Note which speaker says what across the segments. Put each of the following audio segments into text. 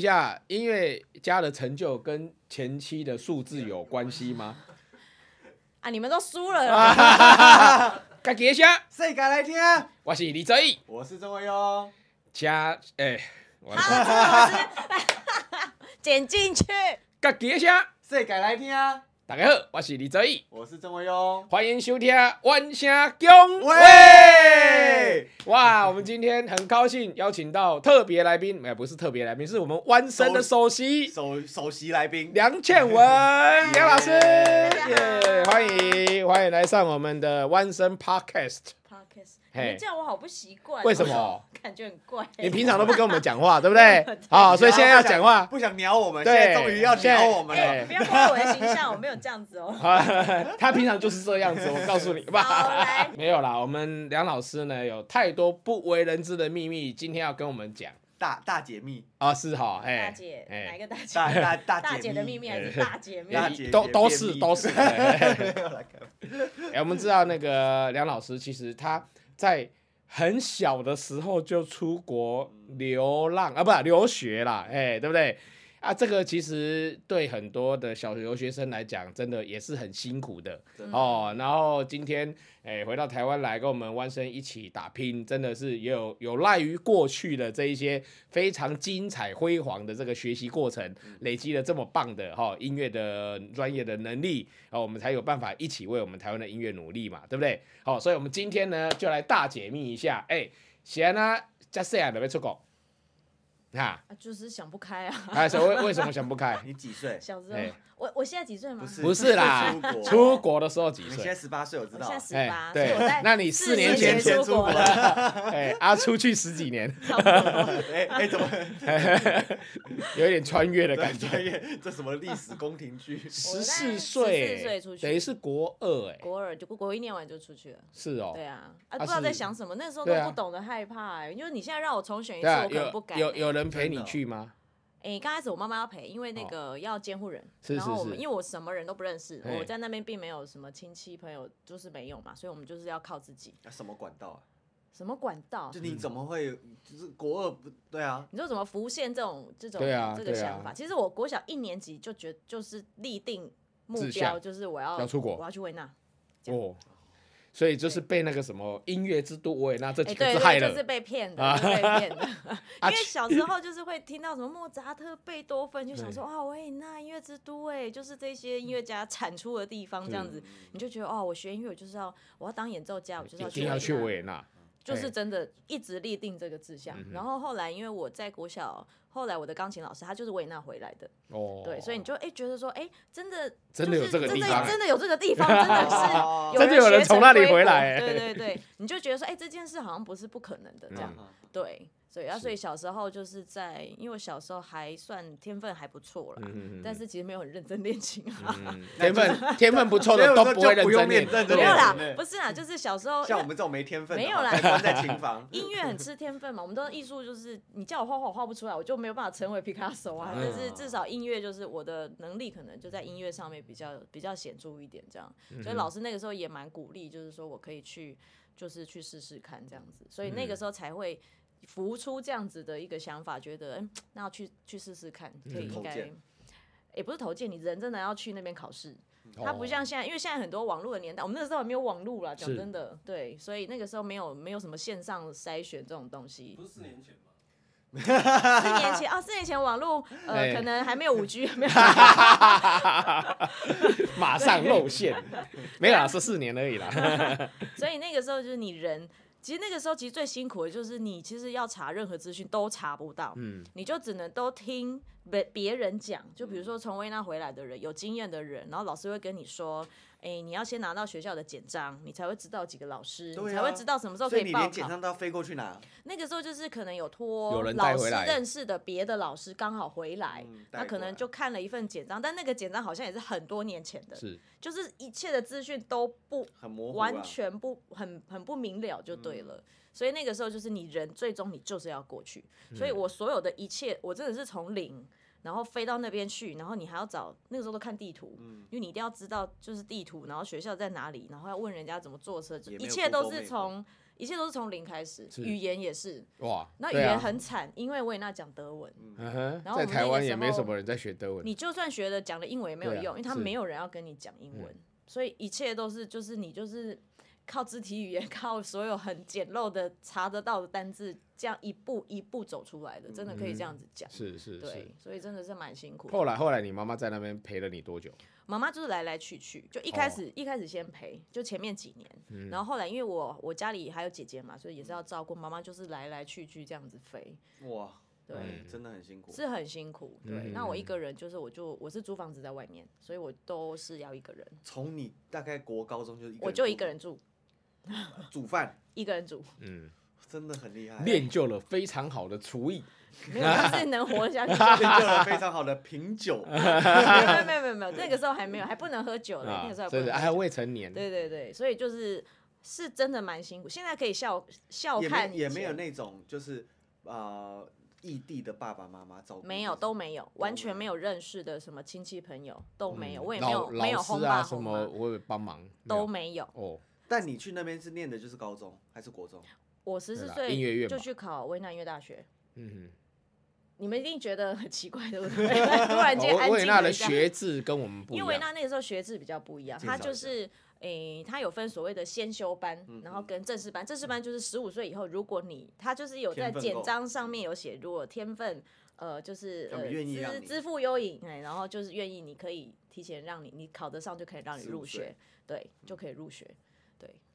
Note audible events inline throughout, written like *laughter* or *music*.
Speaker 1: 下音乐家的成就跟前期的数字有关系吗？
Speaker 2: 啊，你们都输了啦，
Speaker 1: *laughs* 感谢一下，
Speaker 3: 谁敢来听？
Speaker 1: 我是李哲毅，
Speaker 3: 我是郑伟哟。
Speaker 1: 加哎，我
Speaker 2: 啊，这个我是剪进去。
Speaker 1: 感谢一下，
Speaker 3: 谁敢来听？
Speaker 1: 大家好，我是李哲毅，
Speaker 3: 我是郑伟哟。
Speaker 1: 欢迎收听《万声恭维》。
Speaker 3: 喂，
Speaker 1: 哇，我们今天很高兴邀请到特别来宾，哎，不是特别来宾，是我们弯声的首席
Speaker 3: 首首席来宾，
Speaker 1: 梁倩 *laughs* 文，梁老师，
Speaker 2: 大家好
Speaker 1: 耶，欢迎欢迎来上我们的弯声 Podcast。
Speaker 2: Podcast，你
Speaker 1: 嘿
Speaker 2: 们这样我好不习惯。
Speaker 1: 为什么？
Speaker 2: 感觉很怪。
Speaker 1: 你平常都不跟我们讲话，对不对
Speaker 2: 对？
Speaker 1: 好，哦所以现在要讲话。
Speaker 3: 不想鸟我们，现
Speaker 1: 对
Speaker 3: 在终于要
Speaker 1: 现
Speaker 3: 鸟
Speaker 1: 在
Speaker 3: 我们
Speaker 1: 哎
Speaker 3: 了。
Speaker 2: 不要破坏我的形象，我没有这样
Speaker 1: *laughs*
Speaker 2: 子哦。
Speaker 1: 啊，他平常就是这样子，我告诉你
Speaker 2: 好
Speaker 1: 吧
Speaker 2: 来。
Speaker 1: 没有啦，我们梁老师呢有太多不为人知的秘密，今天要跟我们讲
Speaker 3: 大大解
Speaker 1: *laughs*
Speaker 3: 密，
Speaker 1: 啊，是哈，哎，
Speaker 2: 大姐，
Speaker 1: 哎
Speaker 2: 哪一个大
Speaker 3: 大
Speaker 2: 姐？
Speaker 3: 大大
Speaker 2: 大
Speaker 3: 解
Speaker 2: 姐的
Speaker 3: *laughs*
Speaker 2: 秘密还是
Speaker 1: 哎
Speaker 2: 大姐
Speaker 3: 大
Speaker 2: 妹？
Speaker 3: 解
Speaker 1: 都
Speaker 3: 也
Speaker 1: 都
Speaker 3: 便
Speaker 1: 是
Speaker 3: 秘
Speaker 1: 都是。哎
Speaker 3: 没有啦开玩
Speaker 1: 哎，我们知道那个梁老师，其实他在很小的时候就出国流浪啊，不留学啦，哎，对不对？啊，这个其实对很多的小留学生来讲，真的也是很辛苦的
Speaker 3: 真
Speaker 2: 的
Speaker 1: 哦。然后今天哎回到台湾来，跟我们湾生一起打拼，真的是也有有赖于过去的这一些非常精彩辉煌的这个学习过程，累积了这么棒的哈、哦、音乐的专业的能力，哦，我们才有办法一起为我们台湾的音乐努力嘛，对不对？好、所以我们今天呢就来大解密一下，哎，显然呢，加西亚准备出国，哈，
Speaker 2: 啊就是想不开啊。
Speaker 1: 啊，所以为为什么想不开？
Speaker 3: 你几岁？
Speaker 2: 小时候
Speaker 1: 哎，
Speaker 2: 我我现在几岁吗？
Speaker 3: 不是
Speaker 1: 不是啦
Speaker 3: 出国，
Speaker 1: 出国的时候几
Speaker 3: 你现
Speaker 1: 岁？
Speaker 3: 在十八岁，我知
Speaker 2: 我
Speaker 3: 道
Speaker 2: 现在十八，
Speaker 3: 啊。
Speaker 2: 所以
Speaker 1: 哎对
Speaker 2: 我在，
Speaker 1: 那你四年前
Speaker 2: 出
Speaker 3: 出
Speaker 2: 国
Speaker 3: 国 *laughs*
Speaker 2: 了，
Speaker 1: 哎，啊，出去十几年，
Speaker 2: 差不多。
Speaker 3: 哎哎，怎么
Speaker 1: 有一点穿越的感
Speaker 3: 对
Speaker 1: 觉。
Speaker 3: 专业？这什么历史宫廷剧？
Speaker 1: 十
Speaker 2: 我
Speaker 1: 四
Speaker 2: 在
Speaker 1: 岁，
Speaker 2: 14岁出去
Speaker 1: 等于是国二，哎，
Speaker 2: 国二就国一念完就出去了。
Speaker 1: 是哦，
Speaker 2: 对啊，啊
Speaker 1: 啊
Speaker 2: 不知道
Speaker 1: 是
Speaker 2: 在想什么，那时候都
Speaker 1: 对啊
Speaker 2: 不懂得害怕、欸，就是你现在让我重选一次，
Speaker 1: 对啊，
Speaker 2: 我可能不
Speaker 1: 有
Speaker 2: 敢、
Speaker 1: 有有
Speaker 2: 欸。
Speaker 1: 人陪
Speaker 3: 真
Speaker 1: 你
Speaker 3: 的哦
Speaker 1: 去吗？
Speaker 2: 哎，刚、开始我妈妈要陪，因为那个要监护人，
Speaker 1: 哦是
Speaker 2: 然后
Speaker 1: 是
Speaker 2: 我们
Speaker 1: 是
Speaker 2: 因为我什么人都不认识，
Speaker 1: 嘿
Speaker 2: 我在那边并没有什么亲戚朋友，就是没有嘛，所以我们就是要靠自己。
Speaker 3: 啊什么管道啊？
Speaker 2: 什么管
Speaker 1: 哦
Speaker 2: 道
Speaker 3: 就？你怎么会？就是国二不对啊？
Speaker 2: 你说怎么浮现这种这种、
Speaker 1: 对啊
Speaker 2: 这个
Speaker 1: 对啊
Speaker 2: 想法？其实我国小一年级就觉就是立定目
Speaker 1: 志
Speaker 2: 标，
Speaker 1: 向
Speaker 2: 就是我要
Speaker 1: 要出国
Speaker 2: 我要去维纳。这样
Speaker 1: 哦，所以就是被那个什么音乐之都维也纳这
Speaker 2: 哎、
Speaker 1: 几个
Speaker 2: 对
Speaker 1: 字害
Speaker 2: 对，就是
Speaker 1: 了。
Speaker 2: 被骗
Speaker 1: 啊
Speaker 2: 的，就是被骗的。
Speaker 1: *laughs* 啊
Speaker 2: 因为小时候就是会听到什么莫扎特、贝多芬，就想说啊，维也纳音乐之都，哎，就是这些音乐家产出的地方，这样子，你就觉得哦，我学音乐我就是要，我要当演奏家，我就
Speaker 1: 一
Speaker 2: 是要
Speaker 1: 定要去
Speaker 2: 维也纳
Speaker 1: 维也纳，
Speaker 2: 就是
Speaker 1: 哎
Speaker 2: 真的一直立定这个志向。
Speaker 1: 嗯
Speaker 2: 然后后来因为我在国小，后来我的钢琴老师他就是维也纳回来的，
Speaker 1: 哦，
Speaker 2: 对，所以你就哎、觉得说哎、真的
Speaker 1: 真的有这个地方
Speaker 2: 就是真的真的有这
Speaker 1: *laughs*
Speaker 2: 个地方，真的是。
Speaker 3: 哦
Speaker 1: 真的有人
Speaker 2: 学
Speaker 1: 从
Speaker 2: 成
Speaker 1: 那里
Speaker 2: 归
Speaker 1: 回
Speaker 2: 国
Speaker 1: 来 *laughs*
Speaker 2: 对对对，你就觉得说，哎、这件事好像不是不可能的
Speaker 3: 啊
Speaker 2: 这样。
Speaker 1: 嗯
Speaker 2: 对，所以啊，
Speaker 1: 是
Speaker 2: 所以小时候就是在，因为我小时候还算天分还不错啦，
Speaker 1: 嗯嗯嗯
Speaker 2: 但是其实没有很认真练琴啊， *laughs*
Speaker 1: 嗯天分天分不错
Speaker 3: 所
Speaker 1: 的
Speaker 3: 以我
Speaker 1: 都
Speaker 3: 说
Speaker 1: 不会
Speaker 3: 就
Speaker 1: 认
Speaker 3: 不用
Speaker 1: 真
Speaker 3: 练
Speaker 1: 练，
Speaker 3: 认真
Speaker 2: 没有啦
Speaker 3: 练对，
Speaker 2: 不是啦，就是小时候
Speaker 3: 像我们这种没天分的，
Speaker 2: 哦没有啦。
Speaker 3: 才关在琴
Speaker 2: *laughs*
Speaker 3: 房
Speaker 2: 音乐很吃天分嘛，我们都艺术就是你叫我画画我画不出来，我就没有办法成为皮卡丘
Speaker 3: 嗯
Speaker 2: 啊，但是至少音乐就是我的能力可能就在音乐上面比较比较显著一点这样，所
Speaker 3: 嗯
Speaker 2: 以老师那个时候也蛮鼓励，就是说我可以去就是去试试看这样子，所以那
Speaker 3: 嗯
Speaker 2: 个时候才会。浮出这样子的一个想法，觉得嗯，那要去去试试看，可以
Speaker 3: 嗯
Speaker 2: 应该
Speaker 3: 投
Speaker 2: 也、
Speaker 3: 件
Speaker 2: 不是投件，你人真的要去那边考试，
Speaker 1: 哦
Speaker 4: 嗯
Speaker 2: 它不像现在，因为现在很多网络的年代，我们那个时候还没有网络啦，讲
Speaker 1: 是
Speaker 2: 真的，对，所以那个时候没有没有什么线上筛选这种东西。
Speaker 4: 不是四年前吗？
Speaker 2: *laughs* 四年前啊，四年前网络呃
Speaker 1: 哎
Speaker 2: 可能还没有五
Speaker 1: *laughs*
Speaker 2: G，没有，
Speaker 1: 马上露馅，没有啦，是四年而已
Speaker 2: *laughs*
Speaker 1: 啦。
Speaker 2: 所以那个时候就是你人。其实那个时候，其实最辛苦的就是你，其实要查任何资讯都查不到，
Speaker 1: 嗯
Speaker 2: 你就只能都听别别人讲。就比如说从维也纳回来的人，有经验的人，然后老师会跟你说，哎，你要先拿到学校的简章，你才会知道几个老师，
Speaker 3: 对
Speaker 2: 你
Speaker 3: 啊
Speaker 2: 才会知道什么时候可
Speaker 3: 所以你
Speaker 2: 报考。
Speaker 3: 连简上都要飞过去拿，
Speaker 2: 那个时候就是可能有托
Speaker 1: 有人带
Speaker 2: 老
Speaker 1: 回
Speaker 2: 师
Speaker 1: 来
Speaker 2: 认识的别的老师刚好回来，
Speaker 3: 嗯带
Speaker 2: 哎那可
Speaker 3: 过来
Speaker 2: 能就看了一份简章，但那个简章好像也是很多年前的，
Speaker 1: 是
Speaker 2: 就是一切的资讯都不
Speaker 3: 很模糊啊。嗯
Speaker 2: 完全不很很不明了就对了。所以那
Speaker 3: 嗯
Speaker 2: 个时候就是你人最终你就是要过去，所以我所有的一切我真的是从零。然后飞到那边去，然后你还要找那个时候都看地图，
Speaker 3: 嗯，
Speaker 2: 因为你一定要知道就是地图，然后学校在哪里，然后要问人家怎么坐车，就
Speaker 3: 也没
Speaker 2: 一
Speaker 3: 有
Speaker 2: 切都
Speaker 3: Google
Speaker 2: 是
Speaker 3: Map
Speaker 2: 从一切都是从零开始，
Speaker 1: 是
Speaker 2: 语言也是，
Speaker 1: 哇，
Speaker 2: 那语
Speaker 1: 对
Speaker 2: 言
Speaker 1: 啊，
Speaker 2: 很惨，因为维也纳讲德文，
Speaker 1: 嗯哼
Speaker 2: 然
Speaker 1: 在
Speaker 2: 后我们
Speaker 1: 台
Speaker 2: 那个
Speaker 1: 湾
Speaker 2: 时
Speaker 1: 也没
Speaker 2: 候
Speaker 1: 什么人在学德文，
Speaker 2: 你就算学了讲了英文也没有
Speaker 1: 对啊
Speaker 2: 用，因为他
Speaker 1: 是嗯
Speaker 2: 没有人要跟你讲英文，所以一切都是就是你就是靠肢体语言， *laughs* 靠所有很简陋的查得到的单字，这样一步一步走出来的，真的可以这样子讲。
Speaker 1: 嗯是是是
Speaker 2: 对。，所以真的是蛮辛苦的。
Speaker 1: 后来后来，你妈妈在那边陪了你多久？
Speaker 2: 妈妈就是来来去去，就一
Speaker 1: 哦
Speaker 2: 开始、一开始先陪，就前面几年，
Speaker 1: 嗯
Speaker 2: 然后后来因为我我家里还有姐姐嘛，所以也是要照顾妈妈，就是来来去去这样子飞，
Speaker 3: 哇，
Speaker 2: 对，
Speaker 3: 哎真的很辛苦。
Speaker 2: 是很辛苦。对，
Speaker 1: 嗯
Speaker 2: 那我一个人就是我就我是租房子在外面，所以我都是要一个人，
Speaker 3: 从你大概国高中就是一个
Speaker 2: 我就一个人住，
Speaker 3: 人煮饭，
Speaker 2: 一个
Speaker 1: *laughs*
Speaker 2: 人住，
Speaker 1: 嗯，
Speaker 3: 真的很厉
Speaker 2: 哎
Speaker 3: 害，
Speaker 1: 练就了非常好的厨艺。
Speaker 2: 没有，就是能活下去。 *laughs*
Speaker 3: 练就了非常好的品酒。
Speaker 2: 没有没有没有没有，那个时候还没有，还不能喝酒嘞，那
Speaker 1: 啊
Speaker 2: 个时候还，不
Speaker 1: 真
Speaker 2: 能
Speaker 1: 是
Speaker 2: 喝酒。
Speaker 1: 还有未成年，
Speaker 2: 对对对，所以就是是真的蛮辛苦。现在可以笑笑
Speaker 3: 也
Speaker 2: 看
Speaker 3: 没
Speaker 2: 以
Speaker 3: 也没有
Speaker 2: 前
Speaker 3: 那种就是呃异地的爸爸妈妈照顾，
Speaker 2: 没有都没有，完全没
Speaker 3: 没
Speaker 2: 有认识的什么亲戚朋友都没有，我也没有
Speaker 1: 嗯老
Speaker 2: 没有
Speaker 1: 老
Speaker 2: 轰
Speaker 1: 师
Speaker 2: 爸
Speaker 1: 啊什
Speaker 2: 轰
Speaker 1: 么，
Speaker 2: 妈
Speaker 1: 我也帮忙，没
Speaker 2: 都
Speaker 1: 有
Speaker 2: 没有。
Speaker 1: 哦，
Speaker 3: 但你去那边是念的就是高中还是国中？
Speaker 2: 我十
Speaker 1: 对
Speaker 2: 四
Speaker 1: 啦音乐
Speaker 2: 岁
Speaker 1: 院
Speaker 2: 就
Speaker 1: 嘛
Speaker 2: 去考维也纳音乐大学，
Speaker 1: 嗯
Speaker 2: 你们一定觉得很奇怪，对不
Speaker 1: *laughs*
Speaker 2: 对？ *laughs* 突然
Speaker 1: 哼，
Speaker 2: 间安
Speaker 1: 维维也
Speaker 2: 静
Speaker 1: 纳
Speaker 2: 了
Speaker 1: 的
Speaker 2: 一下。
Speaker 1: 学制跟我们不一
Speaker 2: 因为维也
Speaker 1: 样，
Speaker 2: 纳那个时候学制比较不一样，
Speaker 3: 介
Speaker 2: 它
Speaker 3: 绍
Speaker 2: 就
Speaker 3: 一下嗯
Speaker 2: 是诶，它有分所谓的先修班，然后跟正式班。正式班就是十五岁以后，如果你它就是有在
Speaker 3: 天分
Speaker 2: 简
Speaker 3: 够
Speaker 2: 章上面有写，如果天分呃就是
Speaker 3: 他
Speaker 2: 呃
Speaker 3: 们愿意让
Speaker 2: 资
Speaker 3: 你
Speaker 2: 资赋优颖，哎，然后就是愿意你可以提前让你你考得上就可以让你
Speaker 3: 15
Speaker 2: 入
Speaker 3: 岁嗯
Speaker 2: 学，对，就可以入学。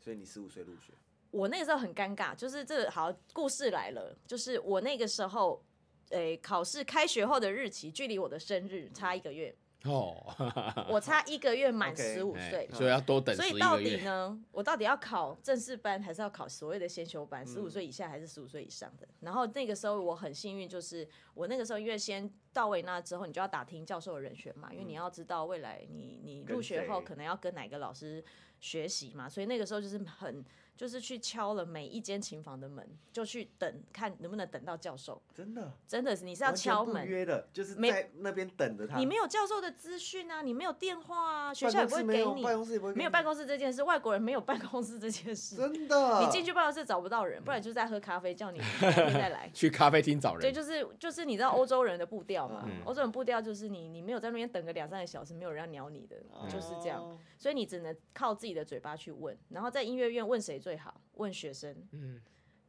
Speaker 3: 所以你十五岁入学，
Speaker 2: 我那个时候很尴尬，就是这个好故事来了，就是我那个时候，诶、考试开学后的日期距离我的生日差一个月， *laughs*
Speaker 1: 哦，
Speaker 2: 我差一个月满
Speaker 3: 啊 *laughs* OK，
Speaker 2: 十五
Speaker 1: 哎
Speaker 2: 岁，
Speaker 1: 所以要多等
Speaker 2: 所
Speaker 1: 十
Speaker 2: 以
Speaker 1: 一
Speaker 2: 到
Speaker 1: 个
Speaker 2: 底
Speaker 1: 月，。
Speaker 2: 呢，我到底要考正式班，还是要考所谓的先修班？十五岁以下还是十五岁以上的？然后那个时候我很幸运，就是我那个时候因为先到维也纳之后，你就要打听教授的人选嘛，因为你要知道未来你你
Speaker 3: 跟
Speaker 2: 入学后
Speaker 3: 谁
Speaker 2: 可能要跟哪个老师学习嘛，所以那个时候就是很就是去敲了每一间琴房的门，就去等看能不能等到教授。
Speaker 3: 真的
Speaker 2: 真的是你是要
Speaker 3: 完全
Speaker 2: 敲
Speaker 3: 不
Speaker 2: 门。
Speaker 3: 约的，就是
Speaker 2: 没
Speaker 3: 在那边等着他。
Speaker 2: 你没有教授的资讯啊，你没有电话啊，学
Speaker 3: 办
Speaker 2: 校也不
Speaker 3: 公
Speaker 2: 会
Speaker 3: 室没
Speaker 2: 给
Speaker 3: 有，
Speaker 2: 你，
Speaker 3: 办公室也不会给
Speaker 2: 没有
Speaker 3: 你
Speaker 2: 办公室这件事，外国人没有办公室这件事。
Speaker 3: 真的，哦
Speaker 2: 你进去办公室找不到人，不然就在喝咖啡，
Speaker 3: *laughs*
Speaker 2: 叫你改天再来
Speaker 1: 去咖啡厅找
Speaker 2: 对，
Speaker 1: 人，
Speaker 2: 就是就是你知道欧洲人的步调嘛
Speaker 3: 嗯？
Speaker 2: 欧、洲人步调就是你你没有在那边等个两三个小时，没有人要鸟你的，就是这样。
Speaker 3: 哦。
Speaker 2: 所以你只能靠自己的嘴巴去问，然后在音乐院问谁最好，问学生，
Speaker 1: 嗯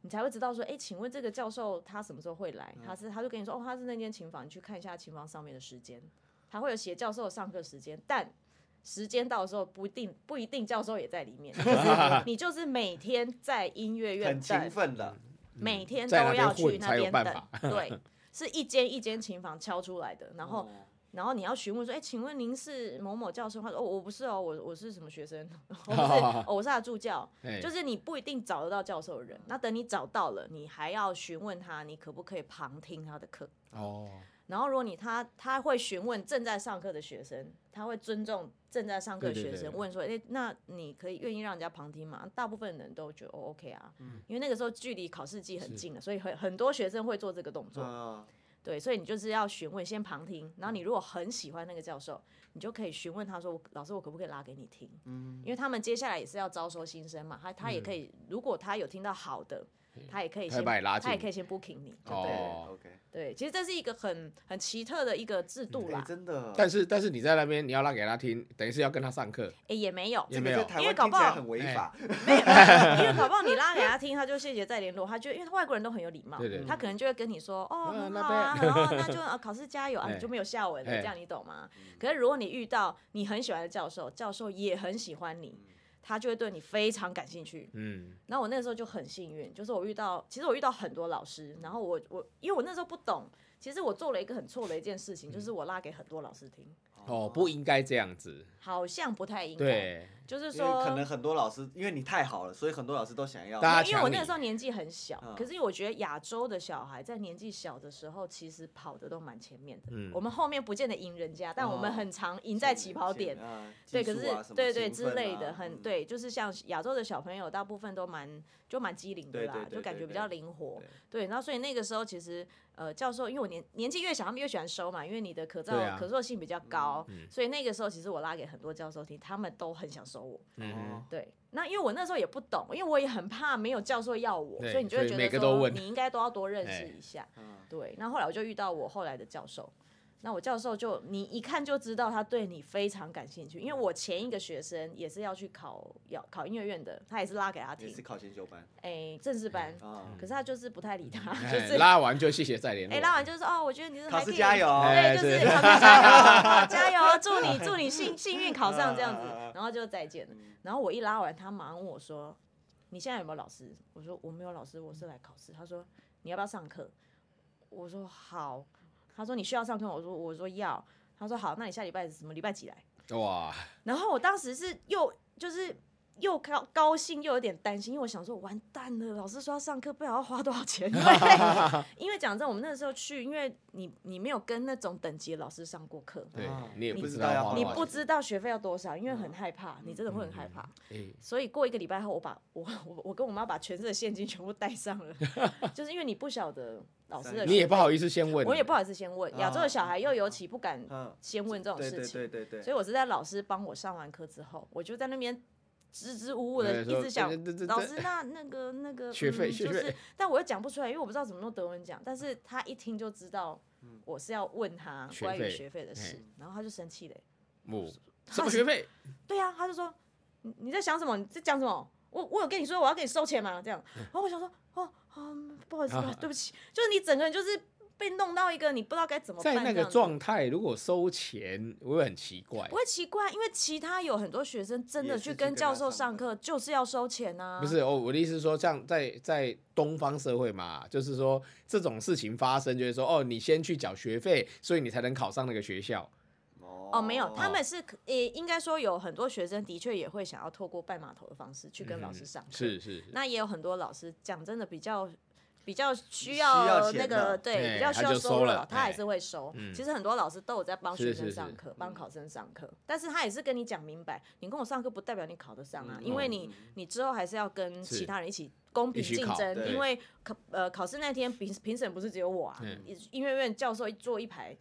Speaker 2: 你才会知道说，哎、请问这个教授他什么时候会
Speaker 1: 嗯
Speaker 2: 来？他是他就跟你说，哦，他是那间琴房，你去看一下琴房上面的时间，他会有写教授的上课时间，但时间到的时候不一定不一定教授也在
Speaker 1: *laughs*
Speaker 2: 里面，就是你就是每天在音乐院
Speaker 3: 很勤
Speaker 2: 等，
Speaker 3: 奋的，
Speaker 2: 每天都
Speaker 1: 在那边
Speaker 2: 要去
Speaker 1: 混
Speaker 2: 那
Speaker 1: 才有
Speaker 2: 边
Speaker 1: 办
Speaker 2: 等，对，是一间一间琴房敲出来的，然后
Speaker 3: 哦
Speaker 2: 然后你要询问说，哎、请问您是某某教授？他说，哦，我不是哦，我我是什么学生， *laughs* 我不是，哦、
Speaker 1: *laughs*
Speaker 2: 我是他的助教。
Speaker 1: 哎
Speaker 2: 就是你不一定找得到教授的人，那等你找到了，你还要询问他，你可不可以旁听他的课？
Speaker 1: 哦，
Speaker 2: 然后如果你他他会询问正在上课的学生，他会尊重正在上课的
Speaker 1: 对
Speaker 2: 学
Speaker 1: 对
Speaker 2: 生，
Speaker 1: 对
Speaker 2: 问说，哎，那你可以愿意让人家旁听吗？大部分人都觉得哦 OK 啊，
Speaker 1: 嗯
Speaker 2: 因为那个时候距离考试季很近了，所以很很多学生会做这个动
Speaker 1: 啊哦
Speaker 2: 作。
Speaker 3: 嗯，
Speaker 2: 对，所以你就是要询问，先旁听，然后你如果很喜欢那个教授，你就可以询问他说：“我老师，我可不可以拉给你听？”
Speaker 1: 嗯
Speaker 2: 因为他们接下来也是要招收新生嘛，他他也可以，如果他有听到好的，他也可以
Speaker 1: 嗯他
Speaker 2: 先
Speaker 1: 把你拉
Speaker 2: 他也
Speaker 1: 进
Speaker 2: 可以先 booking 你，就对了。
Speaker 1: 哦
Speaker 3: 对，OK，
Speaker 2: 对，其实这是一个很很奇特的一个制度
Speaker 3: 哎
Speaker 1: 嗯
Speaker 2: 啦，
Speaker 3: 真的，
Speaker 1: 但是但是你在那边你要让给他听，等于是要跟他上课，
Speaker 2: 诶，哎也没有，
Speaker 1: 也
Speaker 3: 这
Speaker 1: 没
Speaker 3: 个
Speaker 1: 有
Speaker 3: 在台
Speaker 2: 因为
Speaker 3: 湾
Speaker 2: 搞
Speaker 3: 听
Speaker 2: 不
Speaker 3: 起来
Speaker 2: 好
Speaker 3: 很违
Speaker 1: 哎
Speaker 3: 法，
Speaker 1: *laughs*
Speaker 2: 没有，因为搞不好你拉给他听，他就谢谢再联络，他就因为外国人都很有礼貌，
Speaker 1: 对对对
Speaker 2: 他可能就会跟你说哦
Speaker 1: 嗯
Speaker 2: 很
Speaker 1: 那
Speaker 2: 好啊，
Speaker 1: 呗
Speaker 2: 然后那就啊考试加油
Speaker 1: *laughs*
Speaker 2: 啊，
Speaker 1: 哎
Speaker 2: 你就没有下文了，
Speaker 1: 哎
Speaker 2: 这样你懂吗？可是如果你遇到你很喜欢的教授，教授也很喜欢你，他就会对你非常感兴趣。
Speaker 1: 嗯，
Speaker 2: 那我那个时候就很幸运，就是我遇到，其实我遇到很多老师，然后我我因为我那时候不懂，其实我做了一个很错的一件事情，就是我拉给很多老师听，
Speaker 1: 哦，不应该这样子，
Speaker 2: 好像不太应该。
Speaker 1: 对，
Speaker 2: 就是
Speaker 3: 因为
Speaker 2: 说，
Speaker 3: 可能很多老师，因为你太好了，所以很多老师都想要。
Speaker 1: 大家
Speaker 2: 因为我
Speaker 1: 抢
Speaker 2: 那个
Speaker 1: 你
Speaker 2: 时候年纪很小，
Speaker 3: 嗯
Speaker 2: 可是我觉得亚洲的小孩在年纪小的时候，其实跑的都蛮前面的。
Speaker 1: 嗯
Speaker 2: 我们后面不见得赢人家，但我们
Speaker 3: 哦
Speaker 2: 很常赢在起跑点。
Speaker 3: 啊，
Speaker 2: 对，
Speaker 3: 技
Speaker 2: 可
Speaker 3: 术
Speaker 2: 是、
Speaker 3: 啊什么
Speaker 2: 对对
Speaker 3: 兴奋
Speaker 2: 之
Speaker 3: 啊
Speaker 2: 类的，很、
Speaker 3: 嗯
Speaker 2: 对，就是像亚洲的小朋友，大部分都蛮就蛮机灵的
Speaker 3: 对
Speaker 2: 啦，
Speaker 3: 对对
Speaker 2: 就感
Speaker 3: 对
Speaker 2: 觉比
Speaker 3: 对
Speaker 2: 较灵活。
Speaker 3: 对
Speaker 2: 对，然后所以那个时候其实呃，教授因为我年年纪越小，他们越喜欢收嘛，因为你的可造、
Speaker 1: 对啊
Speaker 2: 可塑性比较
Speaker 3: 嗯
Speaker 2: 高，所以那个时候其实我拉给很多教授听，他们都很想收我。
Speaker 1: 嗯哼
Speaker 3: 哦
Speaker 2: 对，那因为我那时候也不懂，因为我也很怕没有教授要我，
Speaker 1: 对
Speaker 2: 所以你就会
Speaker 1: 所以
Speaker 2: 觉
Speaker 1: 每
Speaker 2: 得
Speaker 1: 个
Speaker 2: 说
Speaker 1: 都问
Speaker 2: 你应该都要多认识
Speaker 1: 哎
Speaker 2: 一下。
Speaker 3: 嗯
Speaker 2: 对，那后来我就遇到我后来的教授，那我教授就你一看就知道他对你非常感兴趣，因为我前一个学生也是要去考要考音乐院的，他也是拉给他
Speaker 3: 也
Speaker 2: 听
Speaker 3: 是，考先修班
Speaker 2: 哎，正式班，
Speaker 3: 啊
Speaker 2: 可，是他就是不太理他， *laughs* 就
Speaker 1: 哎
Speaker 2: 是
Speaker 1: 拉完就谢谢再联
Speaker 2: *laughs* 哎、
Speaker 1: 络，
Speaker 2: 拉完就是说哦，我觉得你是
Speaker 3: 考
Speaker 2: 还可
Speaker 3: 试
Speaker 2: 以
Speaker 3: 加油，哦
Speaker 1: 哎
Speaker 2: 对，就是
Speaker 1: 对
Speaker 2: 考
Speaker 1: *laughs*
Speaker 2: 试加油，哦加油，祝你祝你幸幸运考上这样子
Speaker 3: 啊啊啊，
Speaker 2: 然后就再见了。然后我一拉完，他马上问我说：“你现在有没有老师？”我说：“我没有老师，我是来考试。”他说：“你要不要上课？”我说：“好。”他说：“你需要上课吗？”我说：“我说要。”他说：“好，那你下礼拜什么礼拜几来
Speaker 1: 哇，？”
Speaker 2: 然后我当时是又就是。又高高兴又有点担心，因为我想说完蛋了，老师说要上课，不知道要花多少钱。 *laughs*
Speaker 1: *laughs*
Speaker 2: 因为讲真，我们那时候去，因为你你没有跟那种等级的老师上过课，
Speaker 1: 对
Speaker 3: 啊
Speaker 1: 你也
Speaker 3: 你
Speaker 1: 不
Speaker 3: 不
Speaker 1: 知
Speaker 3: 知
Speaker 1: 道
Speaker 3: 道
Speaker 1: 要
Speaker 3: 要
Speaker 1: 花
Speaker 3: 花
Speaker 2: 你
Speaker 1: 多少
Speaker 2: 不
Speaker 1: 钱
Speaker 2: 知道学费要多少，
Speaker 3: 嗯
Speaker 2: 因为很害怕，你真的会很害怕。
Speaker 1: 哎
Speaker 2: 所以过一个礼拜后，我把我我我跟我妈把全身的现金全部带上
Speaker 1: *laughs*
Speaker 2: 了，就是因为你不晓得老师的，
Speaker 1: 你也不，好意思先问，啊
Speaker 2: 我也不好意思先问。亚洲的小孩又尤其不敢
Speaker 3: 嗯，
Speaker 2: 先问这种
Speaker 3: 对
Speaker 2: 事
Speaker 3: 对
Speaker 2: 情，
Speaker 3: 对对对，
Speaker 2: 所以我是在老师帮我上完课之后，我就在那边支支吾吾的
Speaker 1: 对
Speaker 2: 一
Speaker 1: 说
Speaker 2: 直想
Speaker 1: 这这这
Speaker 2: 老
Speaker 1: 这
Speaker 2: 师那那个那
Speaker 1: *laughs*
Speaker 2: 个
Speaker 1: 学费
Speaker 2: 嗯
Speaker 1: 学
Speaker 2: 就
Speaker 1: 费
Speaker 2: 是， *laughs* 但我又讲不出来，因为我不知道怎么用德文讲，但是他一听就知道我是要问他
Speaker 1: 嗯学
Speaker 2: 关于
Speaker 1: 费
Speaker 2: 学费的事
Speaker 1: 嘿，
Speaker 2: 然后他就生气了欸。
Speaker 1: 不哦什么学费，
Speaker 2: 对啊，他就说你你在想什么？你在讲什么？我我有跟你说我要给你收钱吗？
Speaker 1: *laughs*
Speaker 2: 这样，然后我想说哦啊、嗯不好意思、
Speaker 1: 啊
Speaker 2: 对不起，就是你整个人就是被弄到一个你不知道该怎么办
Speaker 1: 在那
Speaker 2: 这
Speaker 1: 个
Speaker 2: 样子。
Speaker 1: 状态，如果收钱，我会很奇怪
Speaker 2: 不。会奇怪，因为其他有很多学生真的
Speaker 3: 也是
Speaker 2: 去
Speaker 3: 去
Speaker 2: 跟
Speaker 3: 跟
Speaker 2: 教
Speaker 3: 他
Speaker 2: 授
Speaker 3: 上
Speaker 2: 上课就是要收钱啊。
Speaker 1: 不是哦，我的意思是说，像在在东方社会嘛，就是说这种事情发生，就是说哦，你先去缴学费，所以你才能考上那个学校。
Speaker 2: 哦，
Speaker 3: 哦
Speaker 2: 没有，他们是可呃，应该说有很多学生的确也会想要透过拜码头的方式去跟老师上课。
Speaker 1: 嗯是是是，
Speaker 2: 那也有很多老师讲真的比较比较需
Speaker 3: 需
Speaker 2: 要
Speaker 3: 要
Speaker 2: 那
Speaker 3: 钱
Speaker 2: 个
Speaker 3: 的
Speaker 2: 对
Speaker 1: 哎
Speaker 2: 比较需要
Speaker 1: 他就收
Speaker 2: 入
Speaker 1: 了
Speaker 2: 老他还
Speaker 1: 哎
Speaker 2: 是会收。其实很多老师都有在帮
Speaker 1: 是是
Speaker 2: 学
Speaker 1: 嗯
Speaker 2: 生
Speaker 1: 是
Speaker 2: 上课，帮考生上课，但是他也是跟你讲明白，你跟我上课不代表你考得上啊，因为你你之后还是要跟
Speaker 1: 是
Speaker 2: 其他人一起。公平
Speaker 1: 一起
Speaker 2: 竞
Speaker 1: 考
Speaker 2: 争，
Speaker 3: 对
Speaker 2: 因为考呃考试那天评评审不是只有我啊
Speaker 1: 嗯，
Speaker 2: 音乐院教授一坐一排，